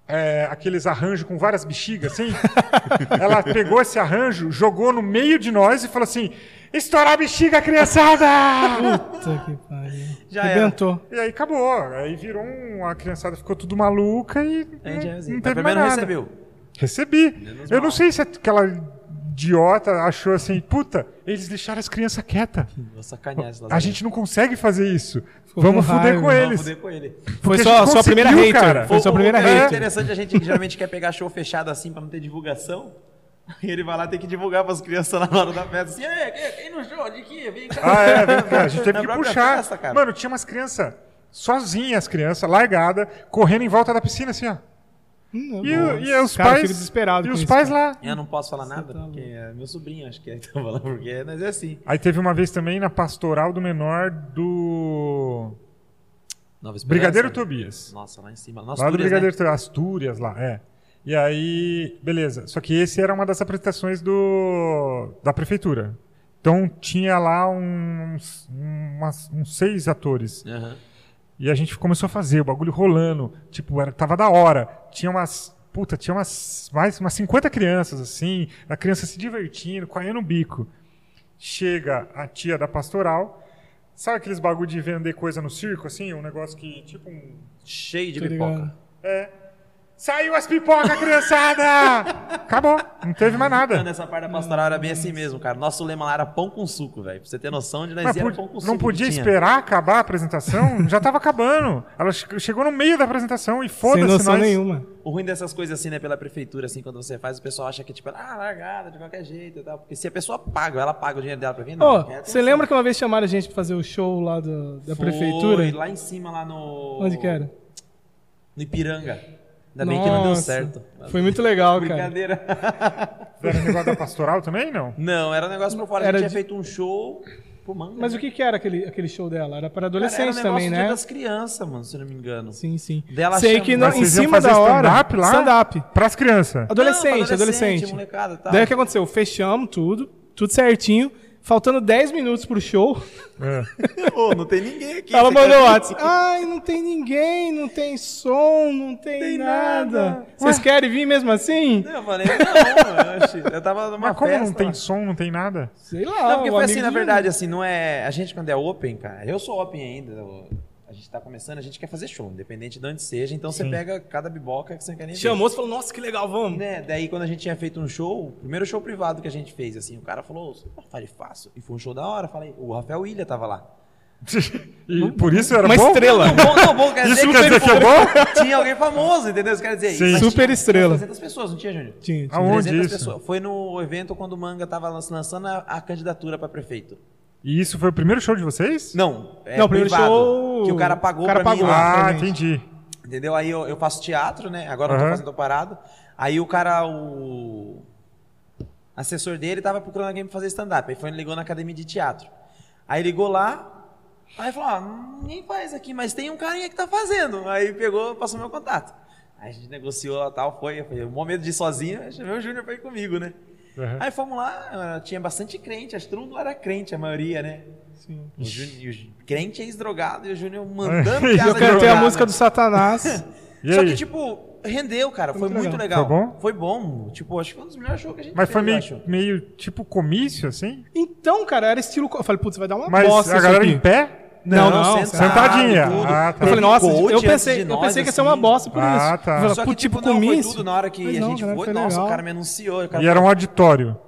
C: é, aqueles arranjos com várias bexigas, assim? Ela pegou esse arranjo, jogou no meio de nós e falou assim: estourar a bexiga, criançada!
A: Puta que pariu.
B: Já era.
A: Arrebentou.
C: e aí acabou. Aí virou um. A criançada ficou tudo maluca e.
B: A gente é
C: Não,
B: assim.
C: não
B: Mas
C: teve
B: Pelo
C: mais
B: menos
C: nada.
B: recebeu.
C: Recebi. Eu não
B: mal.
C: sei se aquela idiota achou assim: puta, eles deixaram as crianças quietas.
B: Nossa, sacanagem.
C: A gente não consegue fazer isso.
A: Ficou
C: Vamos
A: com raiva.
C: fuder com
B: Vamos
C: eles.
B: poder com ele.
A: Foi
C: Porque
A: só,
C: a gente
A: só a primeira
C: conseguiu,
A: hater.
C: cara.
A: Foi sua
B: O- o-
A: primeira
B: o- É
A: hater.
B: interessante, a gente geralmente quer pegar show fechado assim pra não ter divulgação. E ele vai lá ter que divulgar pras crianças lá na hora da festa. Assim, "É, quem, quem no show? De que? Vem cá.
C: Ah, é, vem cá, a gente teve
B: Na
C: que
B: própria
C: puxar.
B: festa, cara.
C: Mano, tinha umas crianças sozinhas, as crianças, largada, correndo em volta da piscina, assim, ó.
A: Hum,
C: E,
A: nossa.
C: o- e os
A: cara, eu
C: pais.
A: fico desesperado
C: e
A: com
C: os
A: isso,
C: pais
A: cara.
C: lá.
B: Eu É, não posso falar nada,
A: tá
B: porque é meu sobrinho, acho que é que tá falando, porque é, mas é assim.
C: Aí teve uma vez também na pastoral do menor do.
B: Nova Esperança.
C: Brigadeiro Tobias.
B: Nossa, lá em cima. Nossa,
C: Lá do
B: Astúrias, né?
C: Brigadeiro Tobias. Astúrias lá, é. E aí, beleza. Só que esse era uma das apresentações do da prefeitura. Então tinha lá uns, umas- uns um, seis atores.
B: Aham.
C: E a gente começou a fazer, o bagulho rolando. Tipo, era, tava da hora. Tinha umas. Puta, tinha umas. Mais umas 50 crianças, assim. A criança se divertindo, coalhando o bico. Chega a tia da pastoral. Sabe aqueles bagulho de vender coisa no circo, assim? Um negócio que. Tipo um.
B: Cheio de
A: Tô
B: pipoca.
A: ligado.
C: Saiu as pipocas, criançada! Acabou. Não teve mais
B: Mano,
C: nada.
B: essa Ah, parte da pastoral era bem assim mesmo, cara. Nosso lema lá era pão com suco, velho. Pra você ter noção de nós
C: Mas
B: era
C: pod-
B: pão com suco.
C: não
B: que
C: podia
B: tinha.
C: esperar acabar a apresentação? Já tava acabando. Ela che- chegou no meio da apresentação e
A: Sem
C: foda-se nós.
A: noção nenhuma.
B: O ruim dessas coisas assim, né, pela prefeitura, assim, quando você faz, o pessoal acha que, tipo, ah, largada, de qualquer jeito e tal. Porque se a pessoa paga, ela paga o dinheiro dela pra vir, não.
A: Ô,
B: quer atenção.
A: você lembra que uma vez chamaram a gente pra fazer o show lá do- da
B: Foi
A: prefeitura?
B: lá em cima, lá no...
A: Onde que era?
B: No Ipiranga. Ainda bem que não deu
A: Nossa,
B: certo.
A: Foi muito legal, cara.
B: Brincadeira.
C: Era um negócio da pastoral também, não?
B: Não, era um negócio por fora.
A: Era
B: a gente
A: de-
B: tinha feito um show pro manga.
A: Mas o que que era aquele, aquele show dela? Era para
B: Cara, era um
A: adolescentes
B: negócio
A: também,
B: do
A: né?
B: Dia das crianças, mano, se eu não me engano.
A: Sim, sim.
B: Dela
A: Sei
B: chama-
A: que não-
C: Mas
A: em
C: vocês iam
A: cima
C: fazer
A: da hora...
C: stand-up lá?
A: Stand-up.
C: Pras crianças.
A: Adolescente,
B: Não,
A: adolescente.
B: molecada, tá.
A: Daí o que aconteceu? Fechamos tudo, tudo certinho. Faltando 10 minutos pro show,
C: É.
B: Ô, não tem ninguém aqui.
A: ela
B: você
A: mandou o
B: quer-
A: WhatsApp. Ai, não tem ninguém, não tem som, não tem,
B: Tem
A: nada.
B: nada.
A: Vocês querem vir mesmo assim?
B: Não, Eu falei, não, mano, eu achei- eu tava numa
C: Mas como
B: festa.
C: não tem
B: lá.
C: som, não tem nada?
A: Sei lá.
B: Não, porque
A: o
B: foi
A: amigo
B: assim, na
A: de-
B: verdade, assim, não é... A gente quando é open, cara, eu sou open ainda, eu- a gente tá começando, a gente quer fazer show, independente de onde seja, então você
C: Sim.
B: pega cada biboca que você não quer nem ver.
A: Chamou, você falou, nossa, que legal, vamos.
B: Né, Daí quando a gente tinha feito um show, o primeiro show privado que a gente fez, assim, o cara falou, "Ô, fale fácil. E foi um show da hora, falei, o Rafael Willian tava lá.
C: E por isso era
A: Uma
C: bom?
A: estrela.
B: Não, bom, não, bom, quer
C: Isso
B: dizer,
C: quer dizer que é bom?
B: Tinha alguém famoso, entendeu? Isso quer dizer,
C: Sim.
B: mas
A: Super
B: tinha
A: estrela.
B: 300 pessoas, não tinha, Júnior?
A: Tinha, tinha.
C: Aonde
B: 300
C: isso?
B: pessoas. Foi no evento quando o Manga tava lan- lançando a, a candidatura pra prefeito.
C: E isso foi o primeiro show de vocês?
B: Não, é
A: Não, o primeiro
B: privado.
A: show-
B: Que o cara pagou
A: o cara
B: pra mim
A: pagou.
B: lá.
C: Ah,
A: Exatamente.
C: entendi.
B: Entendeu? Aí eu, eu faço teatro, né? Agora eu não
C: Aham.
B: tô fazendo parado. Aí o cara, o assessor dele tava procurando alguém pra fazer stand-up. Aí foi e ligou na academia de teatro. Aí ligou lá, aí falou, ah, ninguém faz aqui, mas tem um carinha que tá fazendo. Aí pegou, passou meu contato. Aí a gente negociou lá tal, foi. Eu falei, o momento de ir sozinho, aí chamei o Júnior pra ir comigo, né?
C: Aham.
B: Aí fomos lá, ah, tinha bastante crente, acho que todo mundo era crente, a maioria, né?
A: Sim.
B: O Júnior, e o crente é ex-drogado e o Júnior mandando
C: E eu
B: piada
A: Eu
B: de
A: cantei a
B: drogado.
A: música do Satanás.
C: E
B: Só
C: aí?
B: que, tipo, rendeu, cara. Foi
A: Muito
B: muito
C: legal.
B: legal.
C: Foi bom?
B: Foi bom. Tipo, acho que foi um dos melhores shows que a gente
C: Mas
B: fez,
C: foi
B: eu
C: meio,
B: acho.
C: meio tipo comício, assim?
A: então, cara, era estilo. co- Eu falei, putz, vai dar uma
C: Mas
A: bosta
C: a
A: isso
C: galera
A: aqui.
C: em pé?
A: Não, não,
C: sentadinha.
B: tudo.
C: Ah, tá.
A: Eu falei, nossa, eu
B: Coach antes
A: pensei,
B: de
A: eu
B: nós,
A: pensei que ia ser
B: assim.
A: uma bosta por
C: Ah,
A: isso.
C: tá.
A: Eu falei,
B: Só
A: pô,
B: que,
A: tipo,
B: tipo, não, foi
A: comi isso.
B: tudo na hora que
A: Mas
B: a
A: não,
B: gente
A: cara,
B: foi.
A: foi
B: Nossa,
A: legal.
B: o cara me anunciou. o cara
C: E era Tipo um
B: falou-
C: auditório.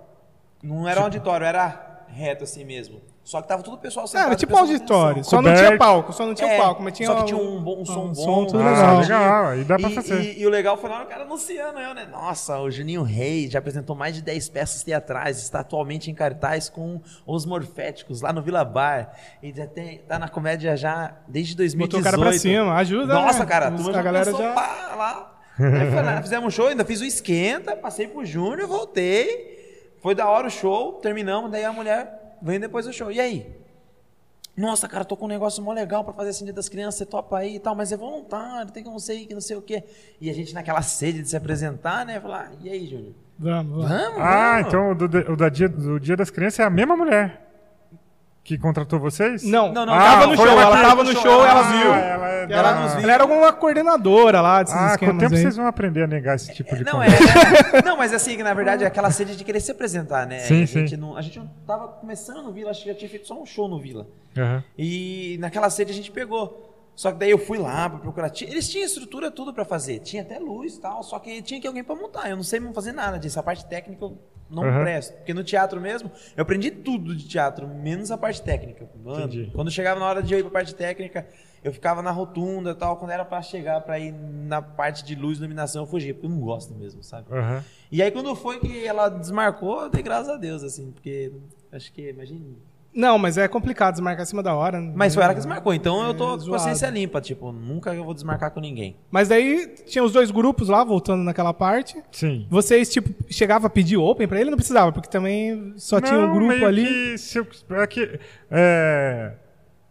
B: Não era um auditório, era reto assim mesmo. Só que tava todo o pessoal sentado.
A: Era
B: o
A: tipo
B: pessoal
A: auditório.
B: com
A: Só não
C: Coberto.
A: tinha palco, só não tinha
B: É,
A: palco, mas tinha.
B: só que tinha um, bom- um som
A: um
B: bom.
A: som, tudo
B: um
C: legal.
B: sonzinho.
C: legal, aí dá pra
B: E-
C: fazer.
B: E, e o legal foi lá o cara anunciando, eu, né? Nossa, o Juninho Reis já apresentou mais de 10 peças teatrais, está atualmente em cartaz com Os Morféticos, lá no Vila Bar. E já tem, tá na comédia já desde 2018.
A: Botou o cara pra cima, ajuda,
B: Nossa,
A: né?
B: cara, a
A: Os-
B: turma
A: a
B: já
A: galera
B: começou,
A: já-
B: pá, lá. Aí foi lá, fizemos um show, ainda fiz o esquenta, passei pro Júnior, voltei. Foi da hora o show, terminamos, daí a mulher vem depois do show. E aí? Nossa, cara, tô com um negócio mó legal pra fazer assim dia das crianças, você topa aí e tal, mas é voluntário, tem que não sei, que não sei o quê. E a gente naquela sede de se apresentar, né? Falar, e aí, Júnior?
A: Vamos, vamos.
B: Vamos,
C: Ah,
B: vamos.
C: então o, do, o da dia, do Dia das Crianças é a mesma mulher que contratou vocês?
A: Não,
B: Não, não,
A: tava
C: ah,
A: no
C: foi
A: show,
C: uma
A: ela
C: cara
A: tava no
B: do show,
A: show, ela
B: ah,
A: viu.
C: ela é
A: Ela,
C: da-
A: ela era alguma coordenadora lá desses
C: Ah, com o
A: esquemas
C: tempo
A: aí.
C: vocês vão aprender a negar esse tipo de
B: Não, é,
C: conversa.
B: é- Não, mas assim, que na verdade é aquela sede de querer se apresentar, né?
C: Sim,
B: a, gente
C: sim.
B: Não, a gente não tava começando no Vila, acho que já tinha feito só um show no Vila.
C: Aham.
B: E naquela sede a gente pegou. Só que daí eu fui lá pra procurar. Tinha- Eles tinham estrutura tudo pra fazer. Tinha até luz e tal. Só que tinha que alguém pra montar. Eu não sei fazer nada disso. A parte técnica eu não
C: Aham.
B: presto. Porque no teatro mesmo, eu aprendi tudo de teatro, menos a parte técnica. Mano,
C: Entendi.
B: quando chegava na hora de eu ir pra parte técnica, eu ficava na rotunda e tal. Quando era pra chegar pra ir na parte de luz, iluminação, eu fugia. Porque eu não gosto mesmo, sabe?
C: Aham.
B: E aí quando foi que ela desmarcou, eu dei graças a Deus, assim. Porque acho que, imagina...
A: Não, mas é complicado desmarcar em cima da hora. né?
B: Mas foi ela que desmarcou, então eu
A: É,
B: tô com
A: zoado.
B: consciência limpa, tipo, nunca eu vou desmarcar com ninguém.
A: Mas daí tinha os dois grupos lá, voltando naquela parte.
C: Sim.
A: Vocês, tipo, chegava a pedir open pra ele? Não precisava, porque também só tinha um
C: Não,
A: grupo
C: meio
A: ali.
C: que se eu- é que, é,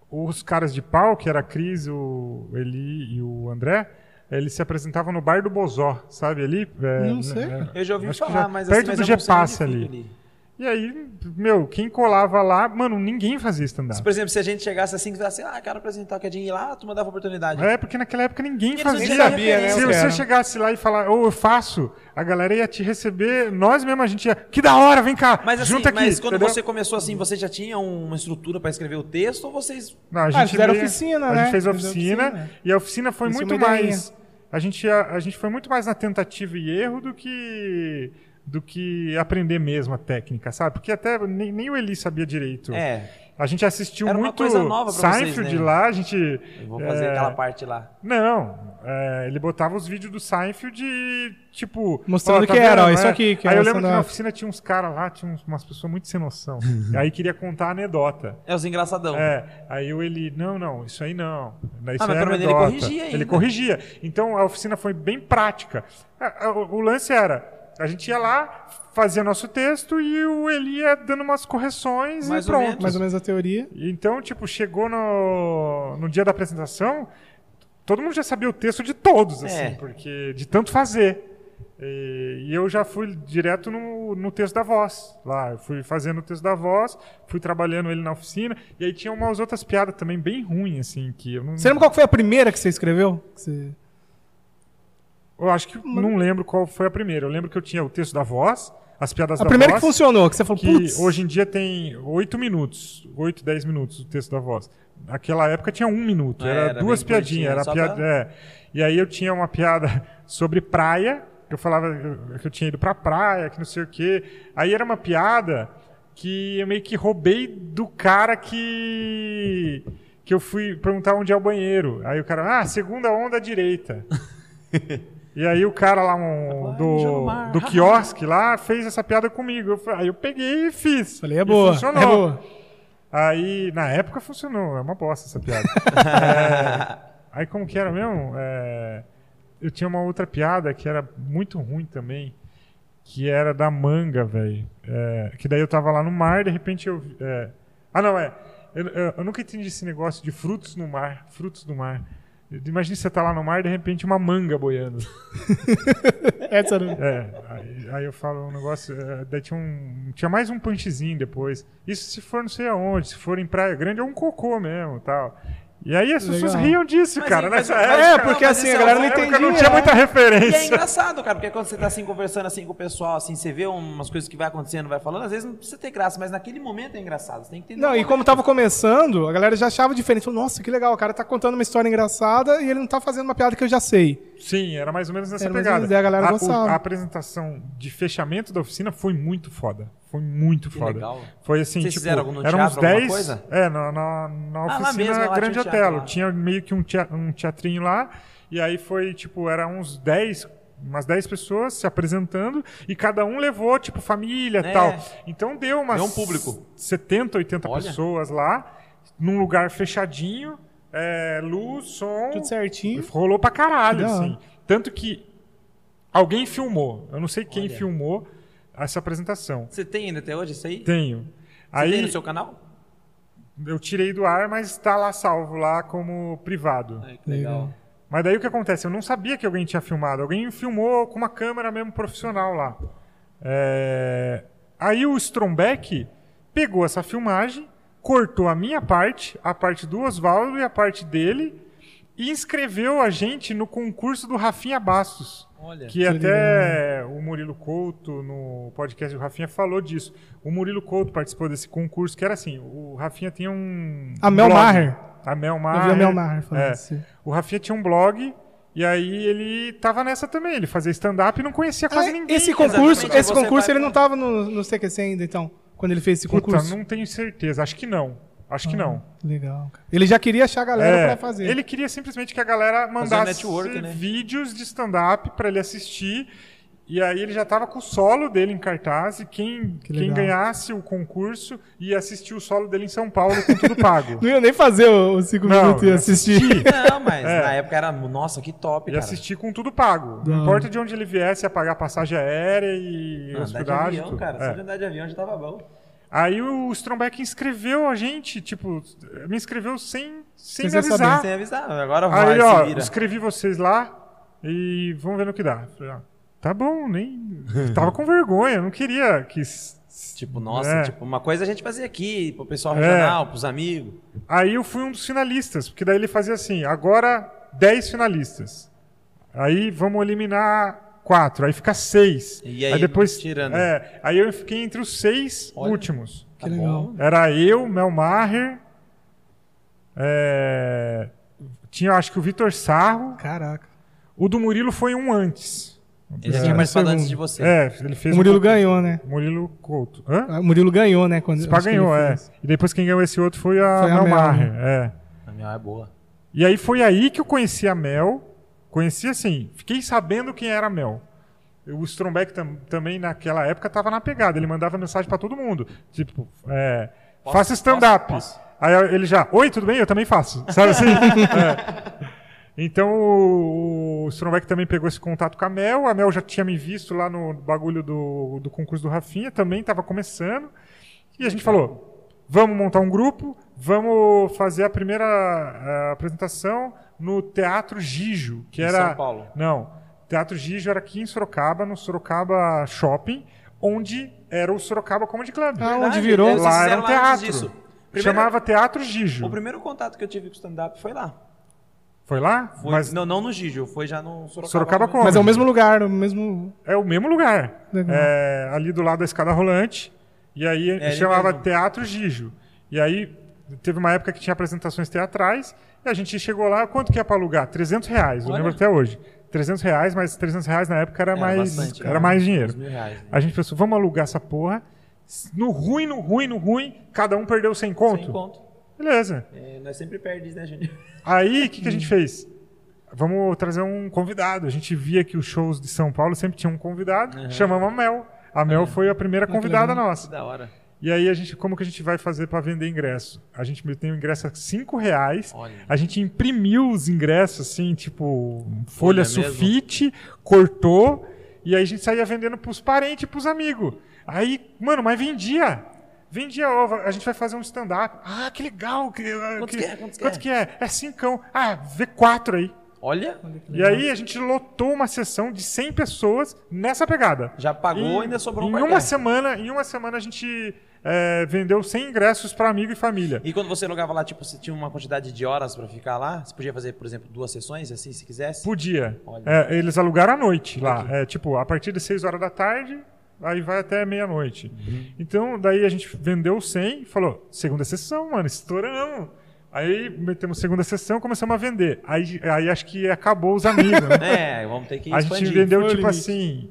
C: os caras de pau, que era a Cris, o Eli e o André, eles se apresentavam no bar do Bozó, sabe ali? É,
A: Não sei,
C: é,
A: cara.
B: Eu já ouvi
C: acho que
B: falar,
C: já-
B: mas
C: perto
B: assim, mas
C: do
B: eu não sei
C: Gepass
B: onde fica
C: ali. E aí, meu, quem colava lá, mano, ninguém fazia
B: Se,
C: stand-up.
B: por exemplo, se a gente chegasse assim e falasse, ah, quero apresentar, quer dinheiro ir lá, tu mandava oportunidade.
C: É, porque naquela época ninguém
B: Eles não
C: fazia.
B: tinham sabia, né,
C: Se
A: o que
C: você
A: era.
C: chegasse lá e falar, ou eu faço, a galera ia te receber, nós mesmo a gente ia, que da hora, vem cá,
B: Mas assim,
C: junta aqui.
B: mas quando
C: entendeu?
B: você começou assim, você já tinha uma estrutura pra escrever o texto ou vocês.
C: Não, a
A: eles Ah, fizeram
C: veio-
A: oficina,
C: a
A: né?
C: gente fez a
A: Fizeram
C: oficina,
A: oficina.
C: e a oficina foi
A: Isso é
C: muito
A: uma ideia.
C: mais a gente a, a gente foi muito mais na tentativa e erro do que do que aprender mesmo a técnica, sabe? Porque até nem, nem o Eli sabia direito.
B: É,
C: A gente assistiu
B: Era uma
C: muito
B: coisa nova pra vocês,
C: Seinfeld
B: né?
C: lá, a gente
B: eu vou fazer
C: é,
B: aquela parte lá.
C: não, é, ele botava os vídeos do Seinfeld e, tipo.
A: Mostrando
C: ó, tá
A: que era, ó,
C: vendo,
A: isso
C: né?
A: aqui que
C: Aí
A: é
C: eu
A: o
C: lembro que na
A: stand-up.
C: oficina tinha uns caras lá, tinha uns- umas pessoas muito sem noção. aí queria contar anedota.
B: É os engraçadão.
C: É, aí eu ele, não, não, isso aí não.
B: Ah,
C: Isso
B: mas
C: aí é
B: pelo menos ele
C: anedota.
B: corrigia ainda.
C: Ele corrigia. Então a oficina foi bem prática. A- a- O o lance era, a gente ia lá, fazia nosso texto e o Eli ia dando umas correções
B: Mais
C: e
B: ou
C: pronto.
A: Mais ou menos a teoria.
C: Então, tipo, chegou no, no dia da apresentação, todo mundo já sabia o texto de todos, assim,
B: É.
C: porque de tanto fazer. E, e eu já fui direto no, no texto da voz. Lá, eu fui fazendo o texto da voz, fui trabalhando ele na oficina, e aí tinha umas outras piadas também bem ruins, assim, que eu não.
A: Você lembra qual que foi a primeira que você escreveu? Que você-
C: Eu acho que não lembro qual foi a primeira. Eu lembro que eu tinha o texto da voz, as piadas
A: A
C: da
A: primeira que
C: voz.
A: funcionou, que você falou,
C: que
A: putz.
C: hoje em dia tem 8 minutos, 8, 10 minutos o texto da voz. Naquela época tinha um minuto,
B: É,
C: era,
B: era
C: duas
B: bem
C: piadinhas, era
B: curtinho,
C: piada.
B: só pra-
C: é. E aí eu tinha uma piada sobre praia, que eu falava que eu tinha ido pra praia, que não sei o quê. Aí era uma piada que eu meio que roubei do cara que. que eu fui perguntar onde é o banheiro. Aí o cara, ah, segunda onda à direita. E aí o cara lá um-
B: Vai, já no
C: do,
B: mar.
C: do quiosque lá fez essa piada comigo. Eu fa- aí eu peguei e fiz.
A: Falei, é
C: E
A: boa.
C: Funcionou.
A: É boa.
C: Aí, na época funcionou, é uma bosta essa piada. É, aí como que era mesmo? É, eu tinha uma outra piada que era muito ruim também, que era da manga, velho. É, que daí eu tava lá no mar e de repente eu. vi- é, ah, não, é. Eu, eu- eu nunca entendi esse negócio de frutos no mar, frutos do mar. Imagina você tá lá no mar e de repente uma manga boiando.
A: Essa era-
C: É, aí, aí eu falo um negócio. é, daí tinha, um, tinha mais um punchzinho depois. Isso se for não sei aonde, se for em Praia Grande é um cocô mesmo tal. E aí as pessoas
A: Legal.
C: riam disso,
B: Mas
C: cara,
B: aí, mas-
C: nessa
B: mas-
C: época.
A: É, porque
B: Não, mas
A: assim,
B: isso
A: a
B: é
A: galera não
B: uma época,
A: entendia.
C: Porque não tinha
A: né?
C: muita
B: E é
C: referência.
B: engraçado, cara, porque quando você tá assim conversando assim com o pessoal, assim, você vê umas coisas que vai acontecendo, vai falando, às vezes não precisa ter graça, mas naquele momento é engraçado. Você tem que entender.
A: Não,
B: o
A: e como tava começando, a galera já achava diferente. Falou, nossa, que legal, o cara tá contando uma história engraçada e ele não tá fazendo uma piada que eu já sei.
C: Sim, era mais ou menos nessa
A: Era mais ou
C: pegada.
A: menos, é, a galera
C: o-
A: gostava.
C: a apresentação de fechamento da oficina foi muito foda. Foi muito
B: Que
C: foda.
B: legal.
C: Foi assim,
B: Vocês
C: tipo,
B: fizeram algum no
C: eram uns
B: teatro, alguma
C: 10.
B: coisa? Ah,
C: É, na, na, na
B: lá
C: oficina
B: mesmo, lá tinha
C: Grande
B: um teatro
C: Otelo.
B: lá.
C: Tinha meio que um, tea- um teatrinho lá. E aí foi, tipo, era uns 10, umas 10 pessoas se apresentando. E cada um levou, tipo, família e
B: É.
C: tal. Então deu umas.
B: Deu um público.
C: 70, 80
B: Olha.
C: pessoas lá. Num lugar fechadinho. é, luz, som.
B: É.
A: Tudo certinho.
C: Rolou pra caralho,
A: Da hora.
C: assim. Tanto que alguém filmou. Eu não sei quem
B: Olha.
C: filmou essa apresentação.
B: Você tem ainda até hoje isso aí?
C: Tenho.
B: Você tem
C: Aí
B: no seu canal?
C: eu tirei do ar, mas tá lá salvo lá como privado.
B: Ai, que legal.
C: Mas daí o que acontece? Eu não sabia que alguém tinha filmado. Alguém filmou com uma câmera mesmo profissional lá. É, Aí o Strombeck pegou essa filmagem, cortou a minha parte, a parte do Oswaldo e a parte dele, e inscreveu a gente no concurso do Rafinha Bastos.
A: É.
B: Olha.
C: Que até o Murilo Couto, no podcast do Rafinha, falou disso. O Murilo Couto participou desse concurso, que era assim, o Rafinha tinha um...
A: A
C: um
A: Mel
C: blog.
A: Maher.
C: A Mel
A: Eu
C: Maher.
A: vi o Mel Maher falando assim.
C: É.
A: isso.
C: O Rafinha tinha um blog, e aí ele tava nessa também. Ele fazia stand-up e não conhecia quase
A: Ah,
C: ninguém.
A: esse
C: cara.
A: concurso, é
B: Exatamente,
A: esse
B: você
A: concurso
B: vai-
A: ele não tava no, no CQC ainda, então, quando ele fez esse
C: Puta,
A: concurso. Ah.
C: não tenho certeza. Acho que não. Acho que não.
A: Legal. cara. Ele já queria achar a galera
C: É,
A: pra fazer.
C: Ele queria simplesmente que a galera mandasse
B: network, né?
C: vídeos de stand-up pra ele assistir. E aí ele já tava com o solo dele em cartaz e quem,
A: Que
C: quem
A: legal.
C: ganhasse o concurso ia assistir o solo dele em São Paulo com tudo pago.
A: Não ia nem fazer o- os cinco
C: Não,
A: minutos e
C: eu
A: assistir.
B: Não, mas
C: É.
B: na época era, nossa, que top,
C: E
B: cara.
C: assistir com tudo pago.
A: Da
C: Não
A: hora.
C: importa de onde ele viesse, ia pagar passagem aérea
B: Ah,
C: e
B: andar de
C: hospedagem.
B: avião,
C: tudo.
B: cara.
C: É.
B: Só de andar de avião já tava bom.
C: Aí o Strombeck inscreveu a gente, tipo, me inscreveu sem,
A: Sem
C: sem, me
A: você saber.
C: avisar.
B: Sem avisar. Agora vai,
C: Aí, ó,
B: se vira.
C: escrevi vocês lá e vamos ver no que dá. Falei, ah, tá bom, nem. Tava com vergonha, não queria que s-
B: Tipo, nossa,
C: É.
B: tipo, uma coisa a gente fazia aqui, pro pessoal
C: É.
B: regional, pros amigos.
C: Aí eu fui um dos finalistas, porque daí ele fazia assim, agora 10 finalistas. Aí vamos eliminar quatro, aí fica seis.
B: E aí,
C: depois
B: tirando.
C: É, aí eu fiquei entre os seis
B: Olha.
C: últimos.
A: Que legal.
B: bom?
C: Era eu, Mel Maher, é, tinha acho que o Vitor Sarro.
A: Caraca.
C: O do Murilo foi um antes.
B: Ele já
A: É.
B: tinha
A: Mas
B: participado
A: foi um-
B: antes de você.
C: É, ele fez
A: O Murilo
C: um pouco-
A: ganhou, né?
C: Murilo Couto. Hã?
A: O Murilo ganhou, né? Quando,
C: Spa
A: acho que ele
C: ganhou, é.
A: fez.
C: E depois quem ganhou esse outro foi a,
A: Foi a
C: Mel
A: Mel, né?
C: Maher. É.
B: A minha é boa.
C: E aí foi aí que eu conheci a Mel. Conheci assim, fiquei sabendo quem era a Mel. O Strombeck tam- também naquela época tava na pegada, ele mandava mensagem pra todo mundo. Tipo, é,
B: Posso?
C: faça stand-up.
B: Posso?
C: Aí ele já, oi, tudo bem? Eu também faço. Sabe assim? É. Então o, o Strombeck também pegou esse contato com a Mel. A Mel já tinha me visto lá no bagulho do, do concurso do Rafinha, também tava começando. E a gente falou: vamos montar um grupo, vamos fazer a primeira eh, apresentação no Teatro Gijo, que
B: Em
C: era.
B: São Paulo.
C: Não. Teatro Gijo era aqui em Sorocaba, no Sorocaba Shopping, onde era o Sorocaba Comedy Club.
A: Ah,
B: Verdade,
A: onde virou?
B: eles
C: lá era
B: fizeram
C: um
B: antes
C: teatro.
B: disso. Primeiro-
C: Chamava Teatro Gijo.
B: O primeiro contato que eu tive com o stand-up foi lá.
C: Foi lá?
B: Foi-
C: Mas
B: não, não no Gijo, foi já no Sorocaba.
C: Sorocaba
B: Comedy.
A: Mas é o mesmo lugar, o mesmo.
C: é o mesmo lugar.
A: Legal.
C: É, ali do lado da escada rolante. E aí
B: É, ele
C: chamava
B: mesmo.
C: Teatro Gijo. E aí teve uma época que tinha apresentações teatrais. E a gente chegou lá, quanto que é pra alugar? 300 reais, eu
B: Olha.
C: lembro até hoje. 300 reais, mas 300 reais na época era,
B: Era
C: mais,
B: é, bastante, né?
C: era
B: era
C: mais
B: uns
C: dinheiro.
B: mil reais, né?
C: A gente pensou, vamos alugar essa porra. No ruim, no ruim, no ruim, cada um perdeu 100 conto.
B: Sem conto.
C: Beleza.
B: É, nós sempre perdemos, né, gente?
C: Aí, o que, que a gente fez? Vamos trazer um convidado. A gente via que os shows de São Paulo sempre tinham um convidado. Chamamos a Mel. A Mel foi a primeira convidada
B: Que
C: nossa.
B: da hora.
C: E aí, a gente, como que a gente vai fazer para vender ingresso? A gente tem o ingresso a R$ 5 reais.
B: Olha.
C: A gente imprimiu os ingressos, assim, tipo, folha,
B: Folha
C: sulfite, cortou. E aí, a gente saía vendendo pros parentes e pros amigos. Aí, mano, mas vendia. Vendia, ó, a gente vai fazer um stand-up. Ah, que legal. Que,
B: Quanto que é? Quanto que é?
C: quanto que é? É cincão. Ah, vê quatro aí.
B: Olha,
C: E aí a gente lotou uma sessão de 100 pessoas nessa pegada.
B: já pagou, ainda sobrou um
C: em
B: quartel.
C: uma semana Em uma semana a gente é, vendeu 100 ingressos para amigo e família.
B: E quando você alugava lá, tipo, você tinha uma quantidade de horas pra ficar lá? Você podia fazer, por exemplo, duas sessões, assim, se quisesse?
C: Podia.
B: Olha.
C: É, eles alugaram à noite lá. É, tipo, a partir das 6 horas da tarde, aí vai até meia-noite.
B: Uhum.
C: Então, daí a gente vendeu 100 e falou, segunda sessão, mano, estouramos. Aí metemos segunda sessão começamos a vender. Aí, aí acho que acabou os amigos, né?
B: É, vamos ter que
C: A
B: expandir.
C: gente vendeu,
A: foi o
C: tipo
A: limite.
C: assim,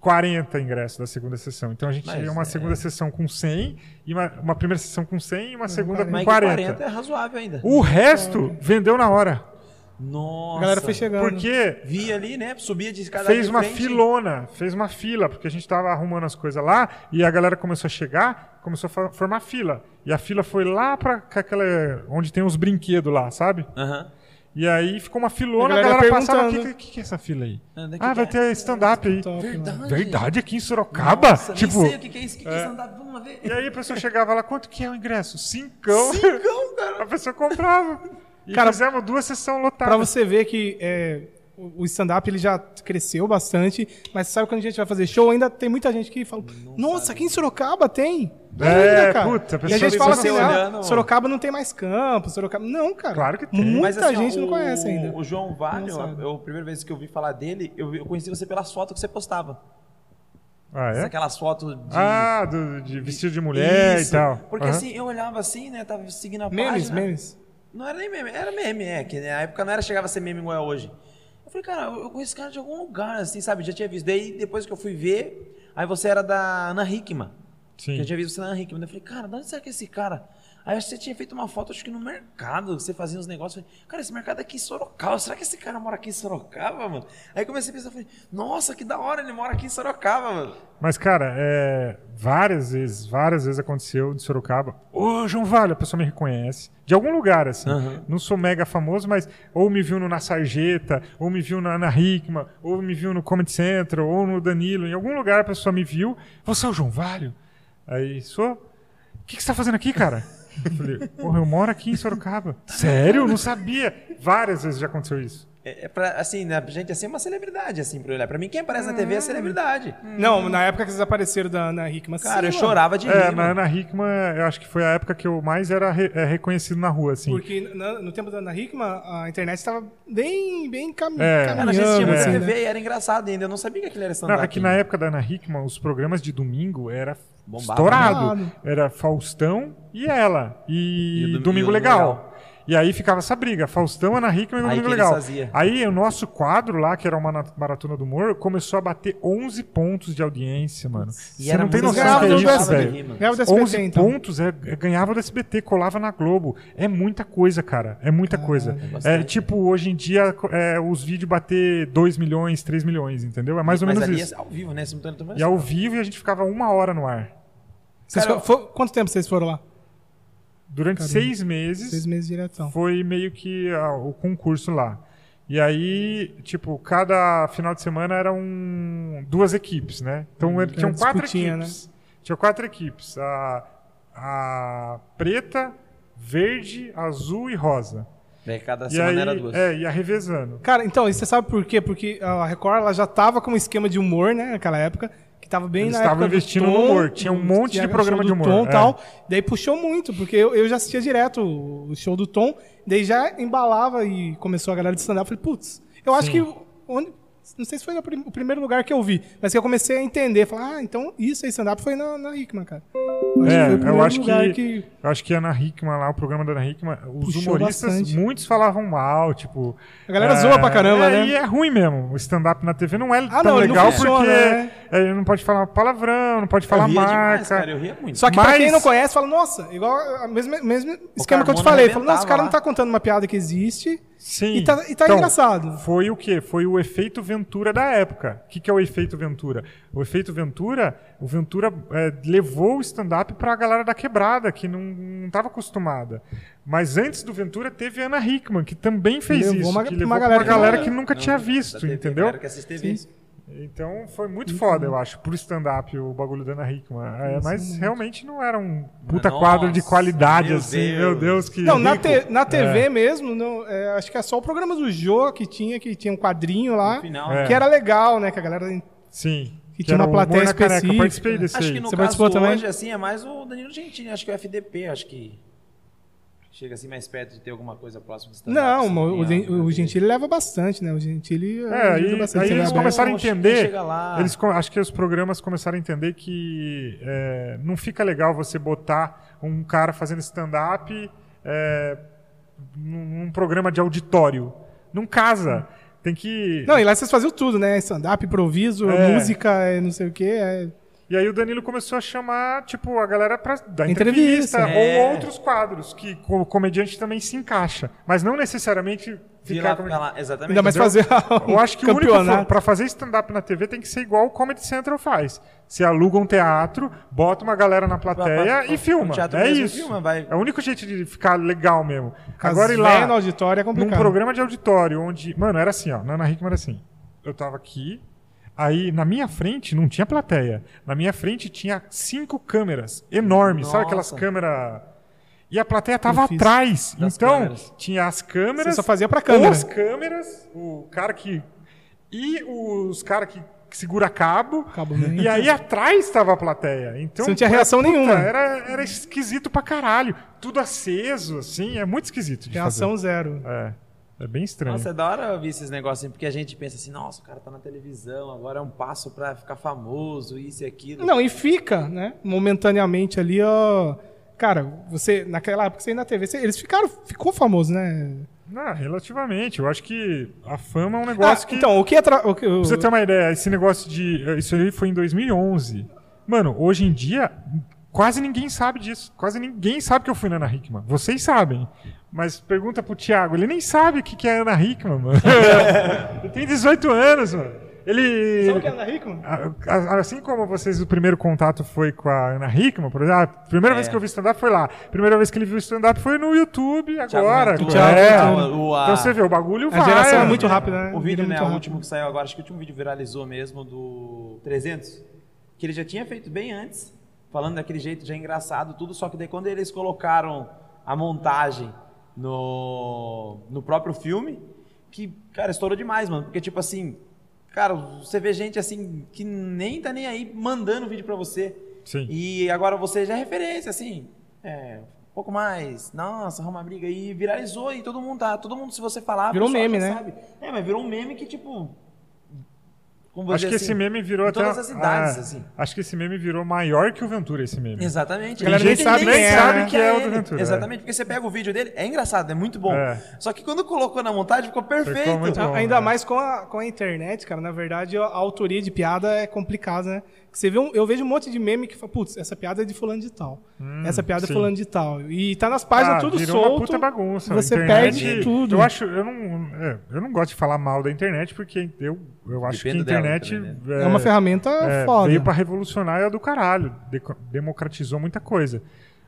C: 40 ingressos da segunda sessão. Então a gente
B: Mas
C: tinha uma
B: é.
C: segunda sessão com 100, e uma, uma primeira sessão com 100 e uma segunda
B: Mas
C: com
B: que 40.
C: 40.
B: é razoável ainda.
C: O resto vendeu na hora.
B: Nossa.
A: A galera foi chegando.
C: Porque
B: Via ali, né? Subia de escada
C: fez
B: de
C: uma
B: frente.
C: filona, fez uma fila, porque a gente tava arrumando as coisas lá e a galera começou a chegar, começou a fa- formar fila. E a fila foi lá pra ca- aquela. onde tem os brinquedos lá, sabe?
B: Aham.
C: E aí ficou uma filona,
A: E
C: a
A: a
C: galera,
A: galera
C: passava. O que,
A: perguntando.
C: que, que é essa fila aí?
B: Ah, daqui
C: Ah,
B: que
C: vai
B: é.
C: ter stand-up aí.
A: Top, mano.
C: Verdade, aqui em Sorocaba?
B: Nossa, nem
C: tipo.
B: sei o que que é isso, o que, que é stand-up, vamos lá ver.
C: E aí a pessoa chegava lá, quanto que é o ingresso? Cincão.
B: Cingão, cara.
C: A pessoa comprava. E
A: Cara,
C: fizemos duas sessões
A: Pra
C: lotadas.
A: você ver que é, o o stand-up ele já cresceu bastante, mas sabe quando a gente vai fazer show, ainda tem muita gente que fala: Nossa, aqui em Sorocaba tem.
C: É,
A: Ainda, cara."
C: puta, a
A: e
C: pessoa né?
A: a gente
B: vê
A: fala
B: você
A: assim: "Ah,
B: olhando.
A: Sorocaba não tem mais campo, Sorocaba. Não, cara.
C: Claro que tem.
B: Mas,
A: Muita
B: assim, ó,
A: gente não
B: o-
A: conhece ainda.
B: O João Vale,
A: Não sabe.
B: eu- eu- a primeira vez que eu vi falar dele, eu, eu conheci você pelas fotos que você postava.
C: Ah, é?
B: Aquelas fotos de.
C: Ah, do- de vestido de mulher
B: Isso.
C: e tal.
B: Porque
C: Aham.
B: assim, eu olhava assim, né? Tava seguindo a
A: Memes,
B: página.
A: memes.
B: Não era nem meme, era meme, é. Que na época não era chegava a ser meme igual é hoje. Eu falei, cara, eu eu conheço esse cara de algum lugar, assim, sabe? Já tinha visto. Daí depois que eu fui ver, aí você era da Ana Hickman.
C: Sim.
B: Que eu tinha visto você na Ana Hickman. Eu falei, cara, de onde será que é esse cara? Aí você tinha feito uma foto, acho que no mercado, que você fazia uns negócios. Eu Falei, cara, esse mercado é aqui em Sorocaba. Será que esse cara mora aqui em Sorocaba, mano? Aí comecei a pensar, falei, nossa, que da hora, ele mora aqui em Sorocaba, mano.
C: Mas, cara, é, várias vezes, várias vezes aconteceu de Sorocaba. Ô, João Vale, a pessoa me reconhece. De algum lugar, assim.
B: Aham.
C: Não sou mega famoso, mas ou me viu no Na Sarjeta, ou me viu na Ana Hickman, ou me viu no Comedy Central, ou no Danilo. Em algum lugar a pessoa me viu. Você é o João Vale? Aí, sou. O que, que você tá fazendo aqui, cara? Eu falei, porra, eu moro aqui em Sorocaba. Sério? Eu Não sabia. Várias vezes já aconteceu isso.
B: É, é pra, assim, né, pra gente assim, é uma celebridade, assim, pra olhar. Pra mim, quem aparece na TV é celebridade.
A: Não, na época que vocês apareceram da Ana Hickman.
B: Cara, eu
A: sim, mano.
B: chorava de rir.
C: É, na
B: mano.
C: Ana Hickman, eu acho que foi a época que eu mais era re- é, reconhecido na rua, assim.
A: Porque na- no tempo da Ana Hickman, a internet estava bem, bem cami
C: É.
B: Cara, a gente tinha
A: caminhando.
B: muita
A: assim, né?
B: TV e era engraçado ainda. Eu não sabia que aquilo era
C: Não,
B: stand-up.
C: é que na época da Ana Hickman, os programas de domingo era
B: Bombado.
C: estourado.
A: Bombado.
C: Era Faustão e ela.
B: E o Domi-
C: E,
B: e o
C: Domingo
B: Domingo
C: Legal.
B: Legal.
C: E aí ficava essa briga, Faustão, Ana Hickman e
B: Aí
C: Domingo
B: que eles
C: Legal.
B: faziam.
C: Aí o nosso quadro lá, que era uma na- maratona do humor, começou a bater 11 pontos de audiência, mano.
B: E
C: Você
B: era
C: não tem
B: muito
C: noção
A: engraçado,
C: do que é
A: eu
C: isso,
A: gostava
C: velho.
B: de rir, mano.
A: Ganhava do SBT,
C: 11
A: então.
C: pontos, é, é, ganhava do SBT, colava na Globo. É muita coisa, cara. É muita coisa. É
B: bastante.
C: tipo, hoje em dia, é, os vídeos bater 2 milhões, 3 milhões, entendeu? É mais ou
B: Mas
C: menos
B: ali
C: isso.
B: é ao vivo, né? Simultâneo também.
C: E ao vivo e a gente ficava uma hora no ar.
A: Vocês
B: Cara,
A: fo- fo- Quanto tempo vocês foram lá?
C: Durante seis meses
A: Seis meses diretão.
C: foi meio que ah, o concurso lá. E aí, tipo, cada final de semana eram duas equipes, né? Então ele- tinham quatro
A: disputinha,
C: equipes. Tinha quatro equipes. A, a preta, verde, azul e rosa.
B: Daí é cada
C: E
B: semana
C: aí,
B: era duas.
C: é, ia revezando.
A: Cara, então, e você sabe por quê? Porque a Record ela já tava com um esquema de humor, né, naquela época, que tava bem
C: Eles
A: na
C: estavam
A: época do
C: investindo no
A: Tom,
C: humor, tinha um
A: do-
C: monte de
A: tinha
C: programa
A: show
C: de
A: do
C: humor,
A: Tom,
C: é.
A: tal. Daí puxou muito, porque eu, eu já assistia direto o o show do Tom, daí já embalava e começou a galera de stand-up, eu falei, putz, eu acho que o- onde- não sei se foi o prim- o primeiro lugar que eu vi, mas que eu comecei a entender, falar, ah, então isso aí stand-up foi na, na Hickman, cara. Eu
C: É,
A: foi o
C: eu
A: primeiro
C: acho
A: lugar
C: que, eu acho que a Ana Hickman lá, o programa da Ana Hickman, os
A: Puxou
C: humoristas,
A: bastante.
C: muitos falavam mal, tipo.
A: A galera zoa pra caramba,
C: é,
A: né?
C: E é ruim mesmo. O stand-up na TV não é
A: Ah,
C: tão
A: não, ele não
C: legal
A: funciona,
C: porque
A: né?
C: é, não pode falar palavrão, não pode
B: Eu
C: falar
B: É, ria
C: marca.
B: demais, cara. Eu ria muito.
A: Só que pra
C: Mas-
A: quem não conhece, fala, nossa, igual a mesma- mesmo, esquema que eu te
B: Carmona
A: falei. Fala, nossa, o
B: arrebentava
A: cara não
B: lá.
A: tá contando uma piada que existe.
C: Sim. Então,
A: E tá- e tá engraçado.
C: Foi o quê? Foi o efeito Ventura da época. O que, que é o efeito Ventura? O efeito Ventura, o Ventura é, levou o stand-up pra galera da quebrada, que não, não tava acostumada. Mas antes do Ventura teve a Ana Hickman, que também fez
A: Levou
C: isso.
A: uma-
C: que
A: uma
C: levou pra
A: galera
C: uma galera
A: que
C: que nunca
B: Não,
C: tinha
B: da
C: visto,
B: TV,
C: entendeu?
B: Era que assiste TV.
C: Então foi muito foda, eu acho, pro stand-up o bagulho da Ana Hickman. É, mas realmente não era um puta
B: Nossa,
C: quadro de qualidade,
B: meu
C: assim.
B: Deus.
C: Meu Deus, que.
A: Não, na,
C: rico. É.
A: te- na TV mesmo, não, é, acho que é só o programa do Jô que tinha, que tinha um quadrinho lá,
B: No final,
C: É.
A: que era legal, né? Que a galera.
C: Sim.
A: Que tinha
C: era
A: uma
C: o humor
A: plateia
C: na careca,
A: específica.
C: Eu participei desse
B: Acho
C: aí.
B: que no
A: Você
B: caso
A: participou também?
B: hoje, assim, é mais o Danilo Gentili. Acho que é o FDP, acho que chega assim mais perto de ter alguma coisa próxima do stand-up,
A: Não,
B: assim,
A: o, o,
B: tem a-
A: o Gentili leva bastante, né? O Gentili é,
C: É, aí, aí
A: a
C: eles
A: TV aberta.
C: começaram a
B: Acho que
C: entender.
B: chega lá.
C: Eles, co- acho que os programas começaram a entender que é, não fica legal você botar um cara fazendo stand-up é, num, num programa de auditório. Não casa. Tem que.
A: Não, e lá vocês faziam tudo, né? Stand-up, improviso,
C: É.
A: música, é não sei o quê. é-
C: E aí o Danilo começou a chamar, tipo, a galera pra dar
A: Entrevista.
C: entrevista,
B: É.
C: ou outros quadros, que o comediante também se encaixa. Mas não necessariamente
B: Vira
C: ficar
B: lá,
C: como-
B: fica lá, Exatamente.
A: Ainda mais
B: Entendeu?
A: fazer a,
C: Eu acho que o único
A: campeonato.
C: fo- pra fazer stand-up na TV tem que ser igual o Comedy Central faz. Você aluga um teatro, bota uma galera na plateia
B: Pra- pra-
C: e filma.
B: o um teatro
C: é
B: mesmo
C: isso.
B: filma, vai.
C: É o único jeito de ficar legal mesmo.
A: Agora
C: Agora
A: e
C: ir lá
A: no auditório é
C: num
A: complicado.
C: programa de auditório onde, mano, era assim, ó, na Ana Hickman era assim. Eu tava aqui, aí na minha frente não tinha plateia. Na minha frente tinha cinco câmeras enormes, sabe aquelas
B: Nossa.
C: câmeras e a plateia tava
A: Difícil.
C: atrás.
B: Das
C: então,
B: câmeras.
C: tinha as câmeras.
A: Você só fazia pra câmera.
C: Os câmeras, o cara que. E os cara que, que segura cabo.
A: Cabo mesmo.
C: e aí atrás tava a plateia. Então,
A: Você não tinha reação
C: puta,
A: nenhuma.
C: Era, era esquisito pra caralho. Tudo aceso, assim. É muito esquisito de fazer.
A: Reação zero.
C: É. É bem estranho.
B: Nossa, é da hora ouvir esses negócios, assim, porque a gente pensa assim, nossa, o cara tá na televisão, agora é um passo pra ficar famoso, isso e aquilo.
A: Não, e fica, né? Momentaneamente ali, ó. Cara, você, naquela época que você ia na TV, você- eles ficaram, ficou famoso, né?
C: Não, Ah, relativamente. Eu acho que a fama é um
A: Ah,
C: negócio que.
A: então, o que é. Tra... O que, o-
C: Pra você ter uma ideia, esse negócio de. eh, Isso aí foi em 2011. Mano, hoje em dia, quase ninguém sabe disso. Quase ninguém sabe que eu fui na Ana Hickman. Vocês sabem. Mas pergunta pro Thiago, ele nem sabe o que que é Ana Hickman, mano. ele tem 18 anos, mano. Ele.
A: Sabe o que é Ana Hickman?
C: A- a- Assim como vocês, o primeiro contato foi com a Ana Hickman, por exemplo, a primeira
B: É.
C: vez que eu vi stand-up foi lá. Primeira vez que ele viu stand-up foi no YouTube,
B: Thiago
C: agora.
B: Ventura,
A: Thiago
C: É.
B: Ventura, o- a-
C: Então você vê, o bagulho
A: A
C: vai.
A: geração é
C: mano.
A: muito rápida, né?
B: O
A: Vira
B: vídeo, né,
A: muito
B: o
A: rápido.
B: último que saiu agora, acho que o último vídeo viralizou mesmo, do 300, que ele já tinha feito bem antes, falando daquele jeito já engraçado, tudo, só que daí quando eles colocaram a montagem no, no próprio filme, que, cara, estourou demais, mano. Porque, tipo assim, cara, você vê gente assim que nem tá nem aí mandando vídeo pra você.
C: Sim.
B: E agora você já é referência, assim. É, um pouco mais. Nossa, arruma uma briga aí. Viralizou e todo mundo tá. Todo mundo, se você falar.
A: Virou
B: o pessoal
A: meme,
B: já
A: né?
B: Sabe. É, mas virou um meme que, tipo. Como vou
C: Acho
B: dizer
C: que esse
B: assim,
C: meme virou
B: em
C: até.
B: todas as idades,
C: ah,
B: assim.
C: Acho que esse meme virou maior que o Ventura, esse meme.
B: Exatamente.
A: A galera
B: Tem
A: nem
B: gente
A: sabe quem é,
B: sabe
A: né?
B: que é
C: o
B: ele.
C: do Ventura,
B: Exatamente, porque você pega o vídeo dele, é engraçado, é muito bom.
C: É.
B: Só que quando colocou na montagem, ficou perfeito. Tipo
C: muito bom.
A: Ah, Ainda
C: né?
A: mais com a, com a internet, cara. Na verdade, a autoria de piada é complicada, né? Que Você vê um- eu vejo um monte de meme que fala, putz, essa piada é de fulano de tal. essa piada
C: Hum, sim.
A: é fulano de tal. E tá nas páginas
C: Ah,
A: tudo
C: virou
A: solto.
C: Uma puta bagunça.
A: Você
C: A internet-
B: É.
A: perde tudo.
C: Eu acho, eu não, é, eu não gosto de falar mal da internet porque eu, eu acho
B: Depende
C: que a
B: dela
C: internet
B: também, né?
A: É uma ferramenta
C: é,
A: foda.
C: veio pra revolucionar e é do caralho, deco- democratizou muita coisa.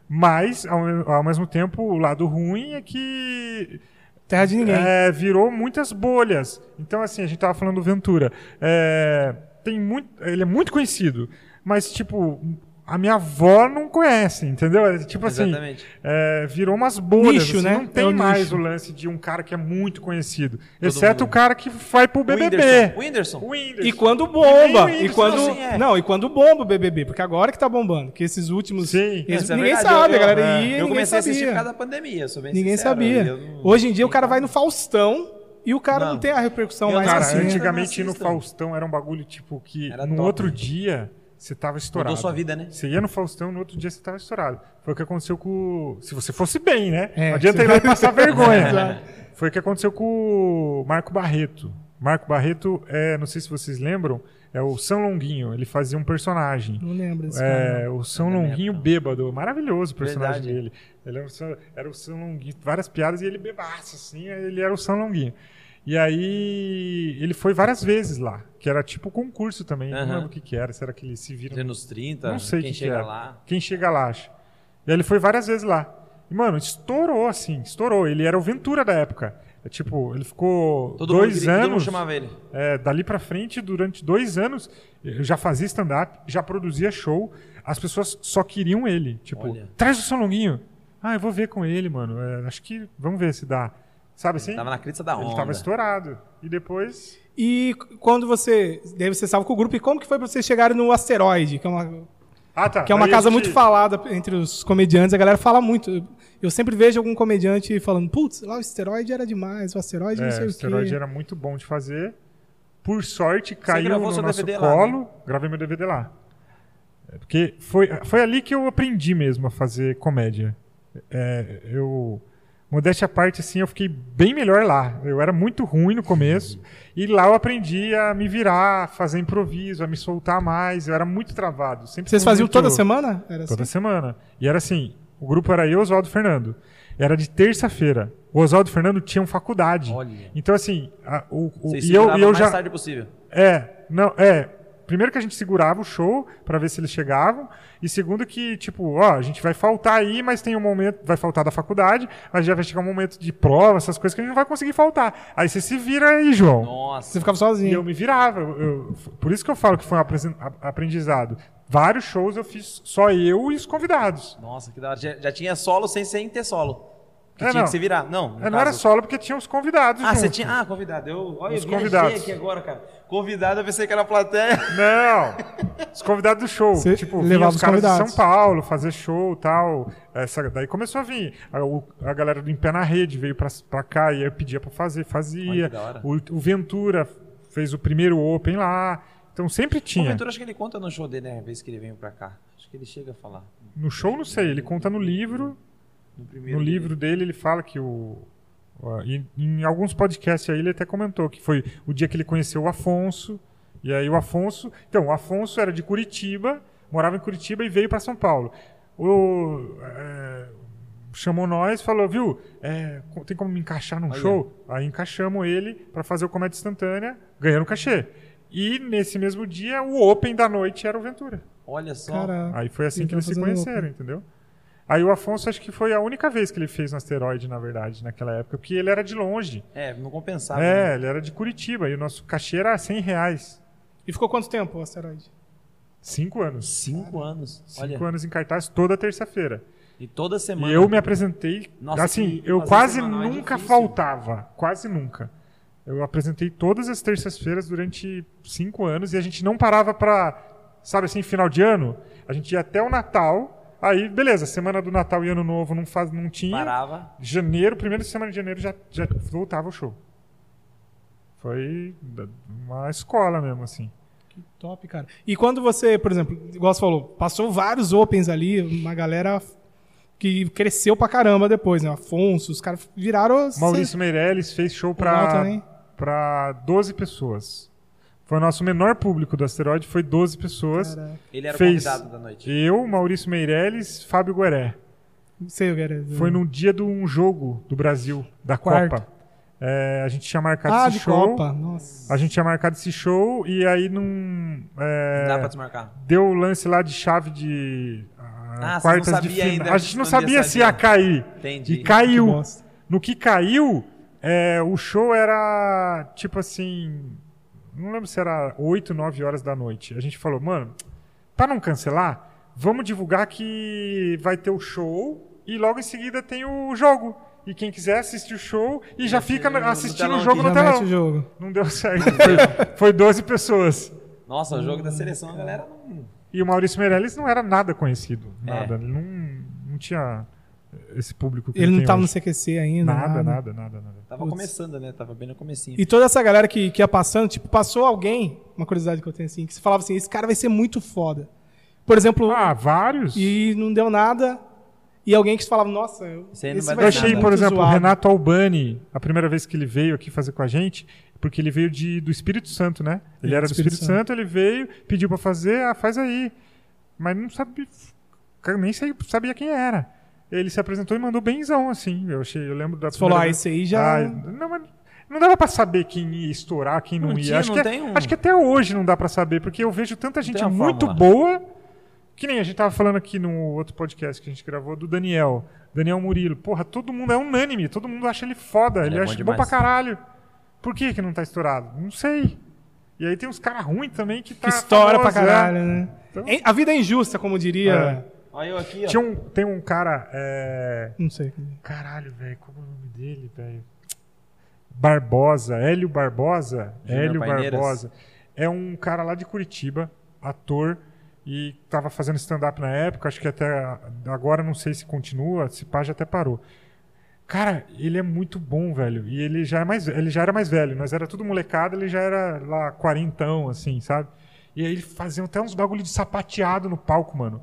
C: Mas ao, me- ao mesmo tempo, o lado ruim é que
A: Terra de ninguém.
C: é, virou muitas bolhas. Então, assim, a gente tava falando do Ventura. É, tem muito, ele é muito conhecido, mas, tipo, a minha avó não conhece, entendeu? É, tipo assim,
B: Exatamente.
C: é, virou umas bolhas.
A: Nicho,
C: assim,
A: né?
C: Não tem
A: É o
C: mais
A: nicho.
C: o lance de um cara que é muito conhecido. exceto
B: mundo.
C: o cara que vai pro BBB.
B: O Whindersson. O Whindersson.
A: E
C: Whindersson.
A: quando bomba,
C: nem o
A: e quando
B: Whindersson, assim, é.
A: não, e quando bomba o BBB, porque agora que tá bombando, que esses últimos,
C: Sim.
A: esses-
B: Isso é
A: ninguém
B: verdade,
A: sabe,
B: eu-
A: a galera
B: eu-
A: ia,
B: Eu
A: ninguém
B: comecei a assistir por
A: sabia.
B: causa da pandemia, sou bem
A: Ninguém
B: sincero,
A: sabia.
B: eu não-
A: Hoje em dia o cara vai no Faustão e o cara não,
B: Não.
A: tem a repercussão
B: Eu
A: mais
B: não
C: Cara,
A: assim. né?
B: antiga-
C: antigamente
B: Eu não
C: no
B: assisto.
C: Faustão era um bagulho tipo que
B: Era
C: no
B: top. né?
C: outro dia você tava estourado.
B: Mudou sua vida, né?
C: Você ia no Faustão, no outro dia você tava estourado. Foi o que aconteceu com. o- Se você fosse bem, né?
A: É,
C: não adianta
A: você-
C: ir lá e passar vergonha.
A: Exato.
C: Foi o que aconteceu com o Marco Barreto. Marco Barreto, é, não sei se vocês lembram, é o São Longuinho. Ele fazia um personagem.
A: Não lembro desse cara.
C: É, o São
B: minha
C: Longuinho
B: época.
C: bêbado. Maravilhoso o personagem
B: Verdade.
C: dele. Ele era o, São, era o São Longuinho, várias piadas, e ele bebaço, assim, aí ele era o São Longuinho. E aí ele foi várias vezes lá, que era tipo concurso também, não
B: Aham.
C: lembro o que que era, será que ele se vira...
B: Nos 30,
C: Não sei o
B: quem
C: que é. que
B: chega
C: era.
B: lá.
C: Quem chega lá, acha. E aí ele foi várias vezes lá. E, mano, estourou, assim, estourou. Ele era o Ventura da época. É, tipo, ele ficou
B: Todo mundo,
C: dois
B: grita, todo mundo
C: anos...
B: chamava ele.
C: É, dali pra frente, durante dois anos, eu já fazia stand-up, já produzia show. As pessoas só queriam ele. Tipo,
B: Olha.
C: traz o São Longuinho. Ah, eu vou ver com ele, mano. É, acho que vamos ver se dá. Sabe assim?
B: Tava na crítica da onda.
C: ele tava estourado. E depois.
A: E c- quando você, daí você estava com o grupo e como que foi pra vocês chegarem no asteroide, que é uma
C: Ah, tá.
A: que é uma
C: Daí
A: casa
C: a gente-
A: muito falada entre os comediantes, a galera fala muito. Eu- Eu sempre vejo algum comediante falando, putz, lá o asteroide era demais, o asteroide não
C: É,
A: sei
C: o
A: o
C: asteroide
A: quê.
C: era muito bom de fazer. Por sorte, caiu
B: gravou
C: no
B: seu
C: nosso
B: DVD lá, né?
C: colo. Gravei meu DVD lá. É, Porque foi, foi ali que eu aprendi mesmo a fazer comédia. É, eu, modéstia à parte, assim, eu fiquei bem melhor lá. Eu era muito ruim no começo. e lá eu aprendi a me virar, a fazer improviso, a me soltar mais. Eu era muito travado. Sempre
A: Vocês
C: fui
A: faziam
C: muito-
A: toda semana? Era
C: Toda
A: assim?
C: semana. E era assim, o grupo era eu, Oswaldo e Fernando. Era de terça-feira. O Oswaldo e Fernando tinham faculdade.
B: Olha.
C: Então assim, a- o, o-
B: Vocês se
C: e eu,
B: viravam
C: e eu
B: mais
C: já
B: tarde possível.
C: é, não, é, primeiro que a gente segurava o show pra ver se eles chegavam e segundo que tipo, ó, a gente vai faltar aí, mas tem um momento, vai faltar da faculdade, mas já vai chegar um momento de prova, essas coisas que a gente não vai conseguir faltar. Aí você se vira aí, João.
A: Você
B: Nossa.
A: ficava
C: E eu
A: sozinho.
C: me virava. eu- eu- por isso que eu falo que foi um apresen- a- aprendizado. Vários shows eu fiz só eu e os convidados.
B: Nossa, que da hora. Já, já tinha solo sem, sem ter solo. Que
C: É,
B: tinha
C: não.
B: que se virar. Não, no
C: Eu não era
B: caso-
C: solo porque tinha os convidados.
B: Ah, você
C: junto.
B: tinha. Ah, convidado. Eu, olha,
C: Os
B: eu viajei
C: convidados.
B: aqui agora, cara. Convidado, eu pensei que era plateia.
C: Não! Os convidados do show.
A: Você
C: tipo,
A: levava
C: vinham os
A: os
C: caras de
A: convidados.
C: São Paulo fazer show e tal. Essa, daí começou a vir. A, o- a galera do Em Pé na Rede veio pra, pra cá e eu pedia pra fazer,
B: Olha
C: fazia.
B: que da hora.
C: O, o Ventura fez o primeiro Open lá. Então sempre
B: O
C: tinha.
B: Ventura, acho que ele conta no show dele, né? A vez que ele veio pra cá. Acho que ele chega a falar.
C: No show, não sei. Ele conta no livro.
B: No primeiro.
C: No livro dele, ele fala que o. o- e- Em alguns podcasts aí ele até comentou que foi o dia que ele conheceu o Afonso. E aí o Afonso. Então, o Afonso era de Curitiba, morava em Curitiba e veio para São Paulo. O, é, chamou nós, falou, viu, é, co- tem como me encaixar num show? Aí é. encaixamos ele para fazer o Comédia Instantânea, ganhando cachê. E nesse mesmo dia, o Open da noite era o Ventura.
B: Olha só.
A: Caraca.
C: Aí foi assim
A: Ele
C: que
A: tava
C: eles se
A: fazendo louco.
C: conheceram,
A: né?
C: entendeu? Aí o Afonso acho que foi a única vez que ele fez um asteroide, na verdade, naquela época, porque ele era de longe.
B: É, não compensava.
C: é,
B: né?
C: ele era de Curitiba e o nosso cachê era 100 reais.
A: E ficou quanto tempo o asteroide?
C: Cinco anos.
B: Cinco anos.
C: Cinco
B: Olha.
C: anos em cartaz toda terça-feira.
B: E toda semana.
C: E eu me apresentei.
B: Nossa,
C: assim,
B: que
C: eu
B: fazer
C: quase
B: semanal é
C: nunca
B: difícil.
C: faltava. Quase nunca. Eu apresentei todas as terças-feiras durante cinco anos e a gente não parava pra, sabe assim, final de ano. A gente ia até o Natal, aí beleza, semana do Natal e Ano Novo não, faz, não tinha.
B: Parava.
C: Janeiro, primeira semana de janeiro já, já voltava o show. Foi da- uma escola mesmo, assim.
A: Top, cara. E quando você, por exemplo, igual você falou, passou vários opens ali, uma galera que cresceu pra caramba depois, né? Afonso, os caras viraram... né? os-
C: Maurício Meirelles fez show
A: Legal
C: pra,
A: também.
C: pra 12 pessoas. Foi o nosso menor público do Asteroide, foi 12 pessoas.
A: Cara,
B: Ele era o
C: Fez.
B: convidado da noite.
C: Eu, Maurício Meirelles, Fábio Gueré.
A: Não sei, cara.
C: Foi num dia de um jogo do Brasil, da
A: Hum. Quarto.
C: Copa. É, a gente tinha marcado
A: Ah,
C: esse
A: de
C: show.
A: Copa. Nossa.
C: A gente tinha marcado esse show e aí num. é,
B: Não dá pra desmarcar.
C: deu o lance lá de chave de ah,
B: Ah, você não
C: quartas de
B: sabia
C: final.
B: ainda
C: a gente não
B: onde ia
C: sabia se
B: sair.
C: ia cair.
B: Entendi.
C: E caiu.
A: Que bosta.
C: No que caiu, é, o show era tipo assim. Não lembro se era 8, 9 horas da noite. A gente falou, mano, pra não cancelar, vamos divulgar que vai ter o show e logo em seguida tem o jogo. E quem quiser assistir o show e já fica
B: no- no
C: assistindo
B: telão
C: o jogo
A: Já
C: no
A: mete o
C: telão.
A: jogo.
C: Não deu certo. Foi, foi 12 pessoas.
B: Nossa, o jogo da seleção, a galera não.
C: E o Maurício Meirelles não era nada conhecido.
B: É.
C: Nada. Ele não, não tinha esse público que
A: Ele não
C: tem
A: tava no
C: hoje.
A: CQC ainda.
C: nada, nada, nada, nada.
B: Tava
A: Putz.
B: começando, né? Tava bem no comecinho.
A: E toda essa galera que, que ia passando, tipo, passou alguém, uma curiosidade que eu tenho assim, que você falava assim, esse cara vai ser muito foda. Por exemplo,
C: Ah, vários?
A: e não deu nada, e alguém que você falava, nossa, eu-
B: Esse aí não
A: esse
B: vai
A: vai
C: Eu
A: ser
C: achei,
A: muito
C: por exemplo, o
A: zoado.
C: Renato Albani, a primeira vez que ele veio aqui fazer com a gente, porque ele veio de, do Espírito Santo, né? Ele
A: É,
C: era
A: do
C: do
A: Espírito
C: Espírito Santo. ele veio, pediu pra fazer, ah, faz aí. Mas não sabe, cara, nem sei- sabia quem era. Ele se apresentou e mandou benzão, assim. Eu achei, eu lembro da
A: Você falou, ah,
C: primeira vez-
A: esse aí já...
C: Ah, não, mas não dava pra saber quem ia estourar, quem não,
B: Não
C: ia.
B: tinha,
C: acho,
B: não
C: que, é
B: tem um-
C: acho que até hoje não dá pra saber, porque eu vejo tanta gente
B: uma
C: muito
B: fórmula.
C: boa. Que nem a gente tava falando aqui no outro podcast que a gente gravou do Daniel. Daniel Murilo. Porra, todo mundo é unânime, todo mundo acha ele foda, ele,
B: é bom
C: acha bom
B: demais.
C: pra caralho. Por que que não tá estourado? Não sei. E aí tem uns caras ruins também que tá
A: Que estoura pra
C: famoso, né?
A: caralho, né?
C: Então- É.
A: É, A vida é injusta, como diria...
B: Olha eu aqui, ó.
C: Tinha um, tem um cara. é,
A: Não sei.
C: Caralho, velho, como é o nome dele, velho? Barbosa, Hélio Barbosa.
B: Júnior
C: Hélio
B: Paineiras.
C: Barbosa. É um cara lá de Curitiba, ator, e tava fazendo stand-up na época, acho que até agora não sei se continua, se pá já até parou. Cara, ele é muito bom, velho. E ele já, é mais, ele já era mais velho. Nós era tudo molecada, ele já era lá quarentão, assim, sabe? E aí ele fazia até uns bagulho de sapateado no palco, mano.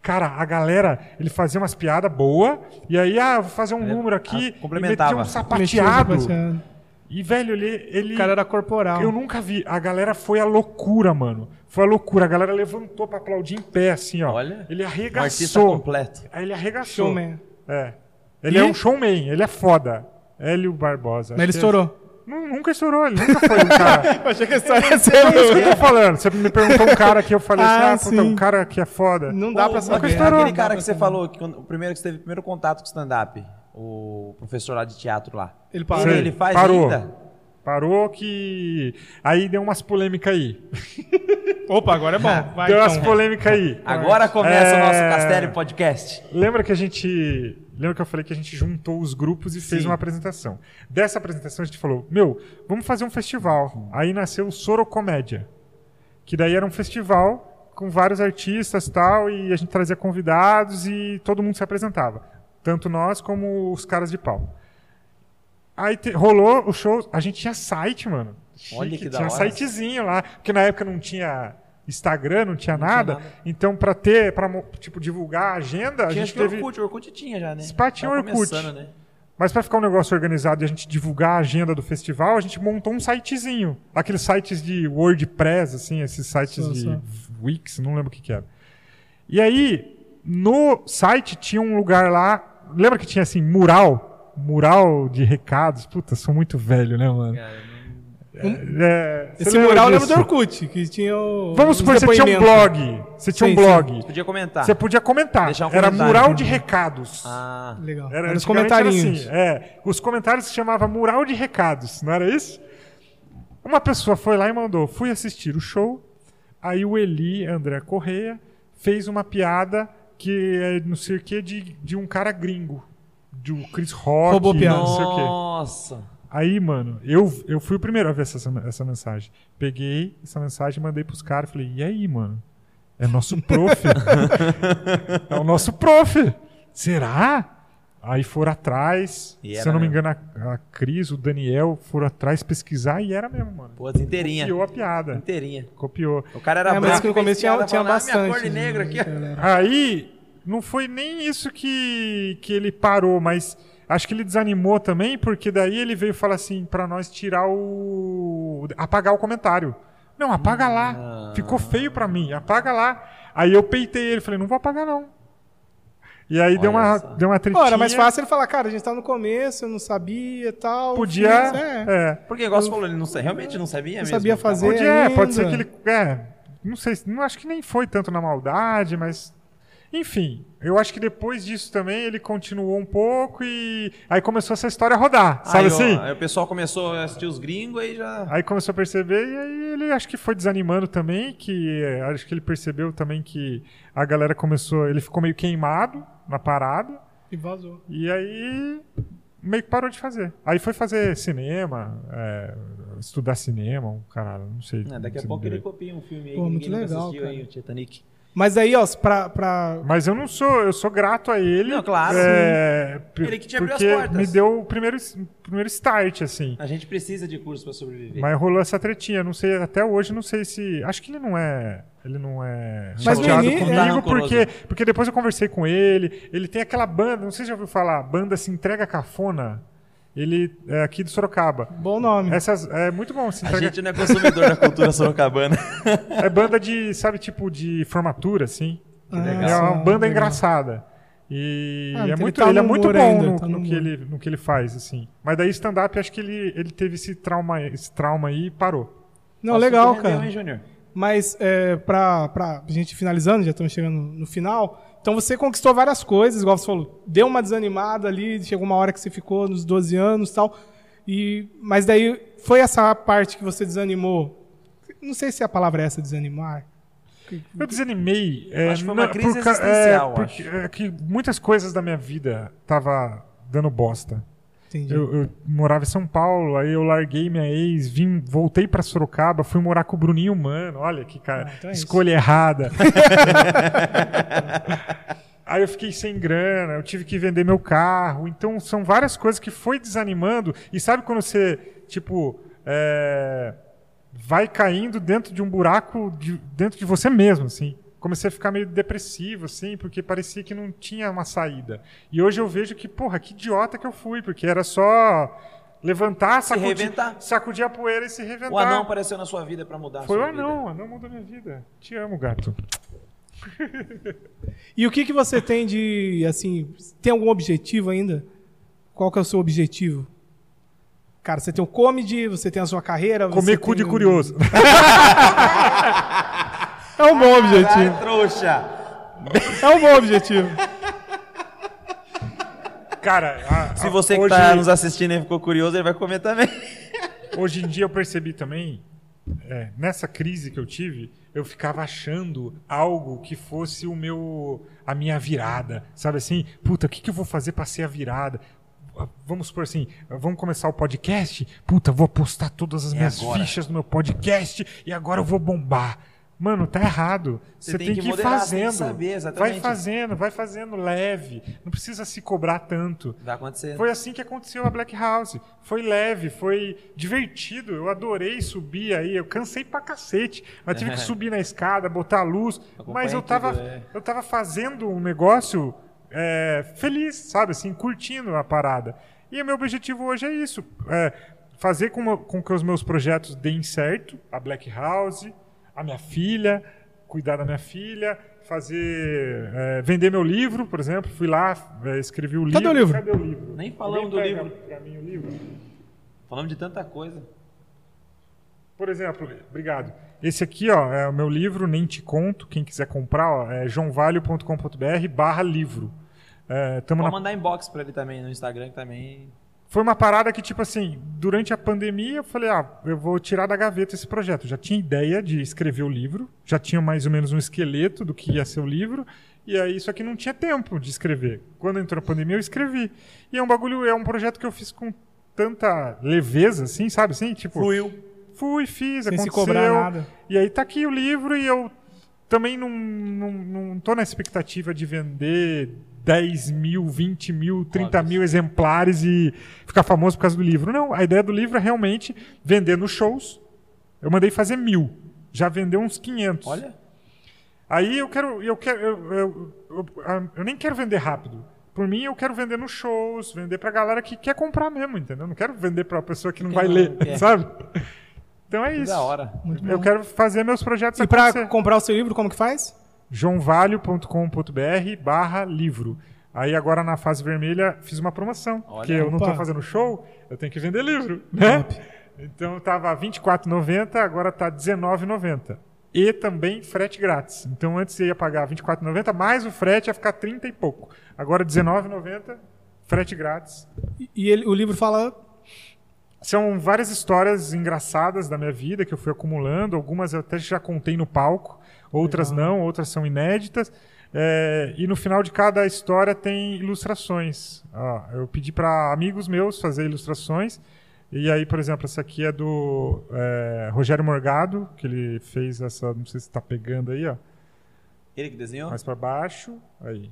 C: Cara, a galera, ele fazia umas piadas boas, e aí, ah, vou fazer um número aqui,
B: ah,
C: e
B: complementava.
C: metia um
A: Mexeu no
C: sapateado.
A: sapateado.
C: E, velho, ele... ele
A: O cara era corporal.
C: Eu nunca vi. A galera foi a loucura, mano. Foi a loucura. A galera levantou pra aplaudir em pé, assim, ó.
B: Olha.
C: Ele
B: Um artista
C: arregaçou.
B: completo.
C: Aí ele arregaçou.
A: Showman.
C: É. Ele
A: E?
C: é um showman, ele é foda. Hélio Barbosa.
A: Mas ele
C: Acho que
A: estourou.
C: é- Nu- Nunca estourou, ele nunca foi um cara.
A: Eu achei que a história ia
C: É isso que
A: ser...
C: eu tô falando. Você me perguntou um cara que eu falei
A: Ah,
C: assim, ah, puta,
A: sim.
C: um cara que é foda.
A: Não dá pra
B: Ô, é
A: saber.
B: aquele-
C: estourou.
B: Aquele cara que você falou, que quando- o primeiro que você teve o primeiro contato com stand-up, o professor lá de teatro lá.
A: Ele
B: Ele,
A: parou.
C: Sei.
B: ele faz
C: Parou.
B: ainda?
C: Parou que. Aí deu umas polêmicas aí.
A: Opa, agora é
B: Ah.
A: bom. Vai,
C: deu umas
A: então.
C: polêmicas aí.
B: Agora começa o nosso
C: É.
B: Castério Podcast.
C: Lembra que a gente. Lembra que eu falei que a gente juntou os grupos e fez uma apresentação. Dessa apresentação a gente falou: Meu, vamos fazer um festival. Aí nasceu o Sorocomédia. Que daí era um festival com vários artistas tal, e a gente trazia convidados e todo mundo se apresentava. Tanto nós como os caras de pau. Aí te- rolou o show, a gente tinha site, mano.
B: Olha que da
C: tinha
B: hora.
C: sitezinho lá, porque na época não tinha Instagram, não tinha, nada,
B: nada.
C: Então pra ter, para tipo divulgar a
B: Tinha
C: agenda, a
B: acho
A: é
C: gente
B: que
C: teve,
B: Orkut, Orkut tinha já, né?
C: Esse pá tinha
B: Tava
C: Orkut.
B: começando, né?
C: mas pra ficar um negócio organizado e a gente divulgar a agenda do festival, a gente montou um sitezinho, aqueles sites de WordPress assim, esses sites
A: Só,
C: de
A: só.
C: Wix, não lembro o que que era. E aí, no site tinha um lugar lá. Lembra que tinha assim, mural? Mural de recados. Puta, sou muito velho, né, mano? É, você
A: Um- Esse
C: lembra
A: mural eu lembro
C: disso?
A: do Orkut, que tinha o...
C: Vamos supor
A: os
C: que você tinha um
A: depoimentos.
C: blog. Você tinha
A: Sim,
C: um
A: sim.
C: blog.
B: Podia comentar.
C: Você podia comentar.
B: Ah. Deixar um
C: Era
B: comentário.
C: mural de recados.
B: Ah,
A: Legal.
C: Era,
A: Era os
C: antigamente era
A: comentarinhos.
C: assim, é, os comentários se chamava mural de recados, não era isso? Uma pessoa foi lá e mandou, fui assistir o show, aí o Eli André Correia fez uma piada que é não sei o que de, de um cara gringo, de um Chris Rock,
A: Roubou piada.
C: não sei o que.
B: nossa.
C: Aí, mano, eu, eu fui o primeiro a ver essa, essa mensagem. Peguei essa mensagem, mandei pros caras, falei, e aí, mano? É nosso prof. é o nosso prof. Será? Aí foram atrás,
B: E
C: se
B: era
C: eu não me
B: mesmo.
C: engano, a, a Cris, o Daniel, foram atrás pesquisar e era mesmo, mano.
B: Pô, inteirinha.
C: Copiou a piada.
B: Inteirinha.
C: Copiou.
B: O cara era
A: É, mas
B: branco,
A: que no
B: fez
A: começo tinha-
B: piada,
A: tinha
B: falando, "Ah, minha
A: bastante,
B: cor de negro
A: né,
B: aqui.
A: galera?
B: ó."
C: Aí não foi nem isso que, que ele parou, mas acho que ele desanimou também, porque daí ele veio falar assim pra nós tirar o apagar o comentário. Não, apaga
B: Ah.
C: lá. Ficou feio pra mim. Apaga lá. Aí eu peitei ele, falei: "Não vou apagar não". E aí deu
B: Olha
C: uma
B: só.
C: deu uma
A: Pô,
C: tretinha.
A: era mais fácil ele falar, cara, a gente tava no começo, eu não sabia e tal.
C: Podia,
A: fiz, é.
C: é.
B: Porque, igual você falou, ele não, sa- realmente não sabia
A: Não
B: mesmo.
A: sabia fazer.
C: Podia, é,
A: ainda.
C: pode ser que ele. É, não sei, não acho que nem foi tanto na maldade, mas. Enfim, eu acho que depois disso também ele continuou um pouco e. Aí começou essa história a rodar, sabe
B: aí, ó, é.
C: assim?
B: Aí o pessoal começou a assistir os gringos aí já.
C: Aí começou a perceber e aí ele acho que foi desanimando também, que é, acho que ele percebeu também que a galera começou. Ele ficou meio queimado na parada
A: E vazou.
C: e aí meio que parou de fazer. Aí foi fazer cinema, é, estudar cinema, um caralho, não sei.
B: É, daqui
C: não
B: a
C: sei
B: pouco ele
C: direito.
B: copia um filme aí
A: Pô,
B: que
A: muito
B: ninguém nunca
A: legal,
B: assistiu aí,
A: cara.
B: o Titanic.
A: Mas aí, ó, pra. pra...
C: Mas eu não sou, eu sou grato a ele.
B: Não, claro.
C: É, p-
B: Ele que te abriu as
C: porque
B: portas.
C: me deu o primeiro, o primeiro start, assim.
B: A gente precisa de curso pra sobreviver.
C: Mas rolou essa tretinha. Não sei, até hoje não sei se. Acho que ele não é. Ele não é
A: Mas no
C: chateado
A: ini- tá
C: comigo,
B: rancoroso.
C: porque, porque depois eu conversei com ele. Ele tem aquela banda, não sei se já ouviu falar, banda se entrega cafona. Ele é aqui de Sorocaba.
A: Bom nome. Ah,
C: Essas, é muito bom se
B: A
C: entrega.
B: gente não é consumidor da cultura sorocabana.
C: É banda de, sabe, tipo, de formatura, assim.
A: Ah,
B: legal.
C: É
A: sim,
C: uma banda
A: legal.
C: engraçada. E
A: Ah,
C: é
A: então
C: muito,
A: ele tá
C: ele é
A: no
C: muito
A: humor
C: bom
A: ainda,
C: no,
A: tá
C: no
A: no
C: que
A: humor.
C: ele, no que ele faz, assim. Mas daí stand-up, acho que ele, ele teve esse trauma, esse trauma aí e parou.
A: Não, legal,
B: Assunto rendeu,
A: cara.
B: hein, Júnior?
A: Mas é, pra, pra gente finalizando, já estamos chegando no final. Então você conquistou várias coisas, igual você falou, deu uma desanimada ali, chegou uma hora que você ficou nos 12 anos e tal. E, mas daí foi essa parte que você desanimou. Não sei se a palavra é essa, desanimar.
C: Eu desanimei. é,
B: Acho que foi uma
C: não-
B: crise
C: por ca-
B: existencial,
C: é, porque- é que muitas coisas da minha vida tava dando bosta.
A: Entendi.
C: Eu, eu morava em São Paulo, aí eu larguei minha ex, vim, voltei pra Sorocaba, fui morar com o Bruninho Mano. Olha que cara,
A: Ah, então é isso.
C: escolha errada. aí eu fiquei sem grana, eu tive que vender meu carro. Então são várias coisas que foi desanimando. E sabe quando você, tipo, é, vai caindo dentro de um buraco de- dentro de você mesmo, assim. Comecei a ficar meio depressivo, assim, porque parecia que não tinha uma saída. E hoje eu vejo que, porra, que idiota que eu fui, porque era só levantar, sacudir,
B: reventar.
C: sacudir a poeira e se reventar.
B: O anão apareceu na sua vida pra mudar a
C: Foi o
B: sua vida.
C: anão, o anão mudou minha vida. Te amo, gato.
A: E o que, que você tem de, assim, tem algum objetivo ainda? Qual que é o seu objetivo? Cara, você tem o comedy, você tem a sua carreira... você
C: Comer
A: tem
C: cu
A: um
C: de
A: o-
C: curioso.
A: É um bom objetivo,
B: Caralho, trouxa!
A: é um bom objetivo.
C: Cara, a-
B: Se
C: a-
B: você que
C: Ah, hoje,
B: tá nos assistindo e ficou curioso, ele vai comer também.
C: hoje em dia eu percebi também, é, nessa crise que eu tive, eu ficava achando algo que fosse o meu, a minha virada, sabe assim? Puta, o que, que eu vou fazer pra ser a virada? Ah, Vamos supor assim, ah, vamos começar o podcast? Puta, vou apostar todas as minhas
B: É agora.
C: fichas no meu podcast e agora eu vou bombar. Mano, tá errado. Você, tem, que, ir
B: moderar, você
C: fazendo.
B: tem que saber,
C: vai
B: exatamente.
C: fazendo, vai fazendo leve. Não precisa se cobrar tanto.
B: Vai acontecer.
C: Foi assim que aconteceu a Black House. Foi leve, foi divertido. Eu adorei subir aí. Eu cansei pra cacete. Mas tive que subir na escada, botar a luz. mas eu tava,
B: tudo, é.
C: eu tava fazendo um negócio é, feliz, sabe? Assim, curtindo a parada. E o meu objetivo hoje é isso. é, fazer com, mo- com que os meus projetos deem certo. A Black House, a minha filha, cuidar da minha filha. Fazer. é, vender meu livro, por exemplo. Fui lá, é, escrevi o livro.
A: Cadê o livro?
C: Cadê o livro?
B: Nem falamos
C: Alguém
B: do
C: pega
B: livro.
C: pra mim o livro.
B: Falamos de tanta coisa.
C: Por exemplo, obrigado. Esse aqui, ó, é o meu livro, nem te conto. Quem quiser comprar, ó, é joãovalho.com.br barra livro. É, tamo
B: Vou
C: na
B: mandar inbox pra ele também no Instagram que também.
C: foi uma parada que, tipo assim, durante a pandemia eu falei, ah, eu vou tirar da gaveta esse projeto. Eu já tinha ideia de escrever o livro, já tinha mais ou menos um esqueleto do que ia ser o livro, e aí só que não tinha tempo de escrever. Quando entrou a pandemia eu escrevi. E é um bagulho, é um projeto que eu fiz com tanta leveza, assim, sabe? Assim, tipo,
B: Fluiu.
C: fui, fiz,
A: Sem se
C: aconteceu.
A: cobrar nada.
C: E aí tá aqui o livro e eu também não, não, não tô na expectativa de vender 10 mil, 20 mil, 30 mil exemplares e ficar famoso por causa do livro. Não, a ideia do livro é realmente vender nos shows. Eu mandei fazer mil. Já vendeu uns 500.
B: Olha.
C: Aí eu quero. Eu, quero eu, eu, eu, eu nem quero vender rápido. Por mim, eu quero vender nos shows, vender pra galera que quer comprar mesmo, entendeu? Não quero vender pra pessoa que não
B: Quem
C: vai
B: não
C: ler,
B: quer.
C: sabe? Então é
B: Que
C: isso.
B: da hora.
C: Eu quero fazer meus projetos
A: E pra
C: acontecer.
A: comprar o seu livro, como que faz?
C: joãovalho.com.br barra livro. Aí agora na fase vermelha fiz uma promoção,
B: Olha.
C: porque eu não
A: Opa.
C: tô fazendo show, eu tenho que vender livro, né? Então tava R$ 24,90, agora tá R$ 19,90. E também frete grátis. Então antes você ia pagar R$ 24,90, mais o frete ia ficar 30 e pouco. Agora R$ 19,90, frete grátis.
A: E- E ele- o livro fala
C: São várias histórias engraçadas da minha vida que eu fui acumulando. Algumas eu até já contei no palco, outras não, outras são inéditas. É, e no final de cada história tem ilustrações. Ah, eu pedi para amigos meus fazer ilustrações. E aí, por exemplo, essa aqui é do é, Rogério Morgado, que ele fez essa. Não sei se está pegando aí, ó.
B: Ele que desenhou?
C: Mais para baixo. Aí.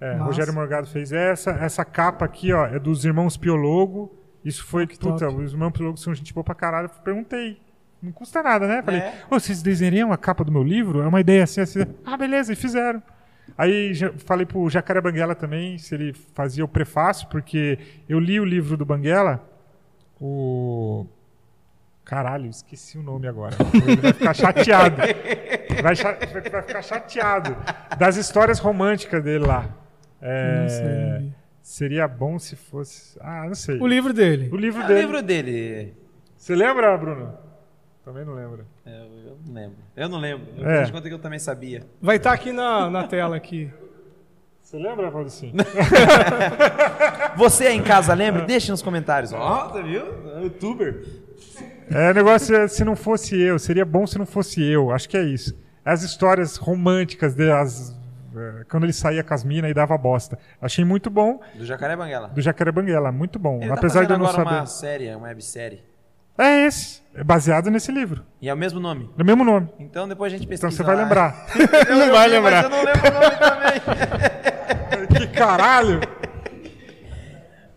C: É,
A: Massa.
C: Rogério Morgado fez essa. Essa capa aqui, ó, é dos irmãos Piologo. Isso foi. puta,
A: top.
C: os irmãos Piologo são gente boa pra caralho. Eu perguntei. Não custa nada, né? Falei,
B: É.
C: "Ô, vocês desenhariam a capa do meu livro? É uma ideia assim, assim. Ah, beleza, e fizeram. Aí já falei pro Jacaré Banguela também se ele fazia o prefácio, porque eu li o livro do Banguela, o. Caralho, esqueci o nome agora. Ele vai ficar chateado. Vai, cha- vai ficar chateado das histórias românticas dele lá. É,
A: Não sei.
C: Seria bom se fosse. Ah, não sei.
A: o Ah, livro dele.
C: O livro
B: É o
C: dele.
B: livro dele.
C: Você lembra, Bruno? Também não lembra.
B: Eu, É, eu não lembro. Eu não lembro. Eu
C: É.
B: fiz de conta que eu também sabia.
A: Vai estar aqui na, na tela aqui.
C: Você lembra, Valdecinho?
B: Você aí em casa lembra? Deixa nos comentários. Ó, você viu? um Youtuber.
C: É, o negócio é, se não fosse eu, seria bom se não fosse eu. Acho que é isso. As histórias românticas dele, as- é, quando ele saía com as minas e dava bosta. Achei muito bom
B: Do Jacaré Banguela.
C: do Jacaré Banguela, muito bom.
B: Ele
C: Apesar
B: tá
C: de
B: fazendo
C: eu não
B: agora
C: saber.
B: uma série, uma websérie.
C: É esse, é baseado nesse livro,
B: E é o mesmo nome.
C: é o mesmo nome.
B: Então depois a gente pesquisa.
C: Então você vai
B: lá.
C: lembrar.
B: Eu
C: não vai
B: vi,
C: lembrar.
B: Mas eu não lembro o nome também.
C: que caralho!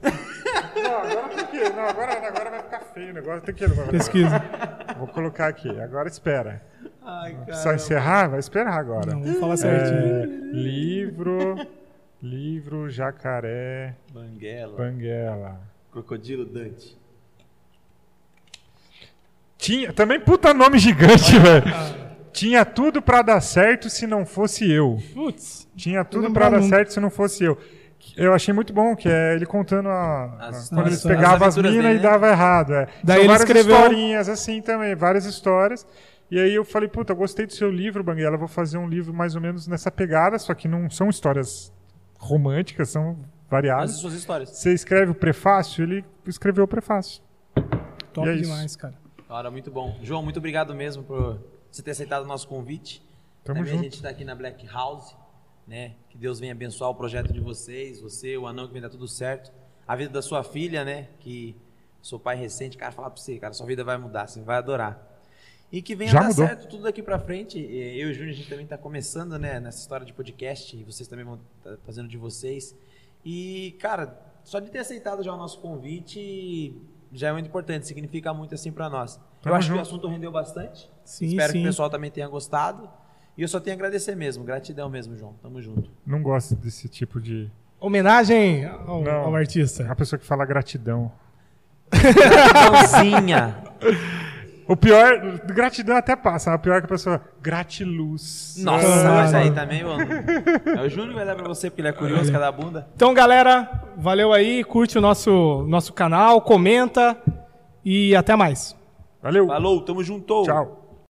C: Não, agora tem que. Não, agora, agora vai ficar feio o negócio. Tem que.
A: Pesquisa.
C: Vou colocar aqui. Agora espera.
B: Ai,
C: Só
B: cara.
C: encerrar? Vai esperar agora.
A: Não, então, vamos falar
C: É,
A: certinho.
C: livro. Livro Jacaré
B: Banguela.
C: Banguela.
B: Crocodilo Dante.
C: Tinha. Também puta nome gigante, velho. Tinha tudo pra dar certo se não fosse eu.
A: Putz.
C: Tinha tudo
A: Não
C: pra
A: dá
C: dar
A: nunca.
C: certo se não fosse eu. Eu achei muito bom que é ele contando a, a-
B: As-
C: quando
A: as-
C: eles pegavam
B: as aventuras
C: as minas
B: dele,
C: e
B: né?
C: dava errado. É.
A: Daí
C: São
A: ele
C: várias
A: escreveu-
C: historinhas assim também, várias histórias. E aí eu falei, puta, eu gostei do seu livro, Banguela, eu vou fazer um livro mais ou menos nessa pegada, só que não são histórias românticas, são
B: As
C: variadas.
B: suas histórias.
C: Você escreve o prefácio, ele escreveu o prefácio.
A: Top
C: E é isso.
A: demais, cara.
B: Cara, muito bom. João, muito obrigado mesmo por você ter aceitado o nosso convite.
C: Tamo
B: Também
C: junto.
B: a gente está aqui na Black House, né? Que Deus venha abençoar o projeto de vocês, você, o anão, que venha dar tudo certo. A vida da sua filha, né? Que sou pai recente, cara, falar pra você, cara, sua vida vai mudar, você vai adorar. E que venha
C: Já
B: dar
C: mudou.
B: certo tudo daqui pra frente. Eh, Eu e o Júnior, a gente também tá começando, né? Nessa história de podcast, e vocês também vão tá fazendo de vocês. E, cara, só de ter aceitado já o nosso convite já é muito importante, significa muito assim pra nós. Eu
C: Tamo
B: acho que o
C: junto.
B: assunto rendeu bastante.
A: Sim,
B: Espero
A: sim.
B: que o pessoal também tenha gostado. E eu só tenho a agradecer mesmo. Gratidão mesmo, João. Tamo junto.
C: Não gosto desse tipo de.
A: Homenagem ao,
C: Não.
A: ao artista.
C: A pessoa que fala gratidão.
B: Mãozinha.
C: O pior, gratidão até passa, mas o pior é que a pessoa. Gratiluz.
B: Nossa,
A: Ah,
B: mas aí
A: mano.
B: também, mano. É o Júnior que vai dar pra você, porque ele é curioso, cada bunda.
A: Então, galera, valeu aí. Curte o nosso, nosso canal, comenta e até mais.
C: Valeu.
B: Falou, tamo junto.
C: Tchau.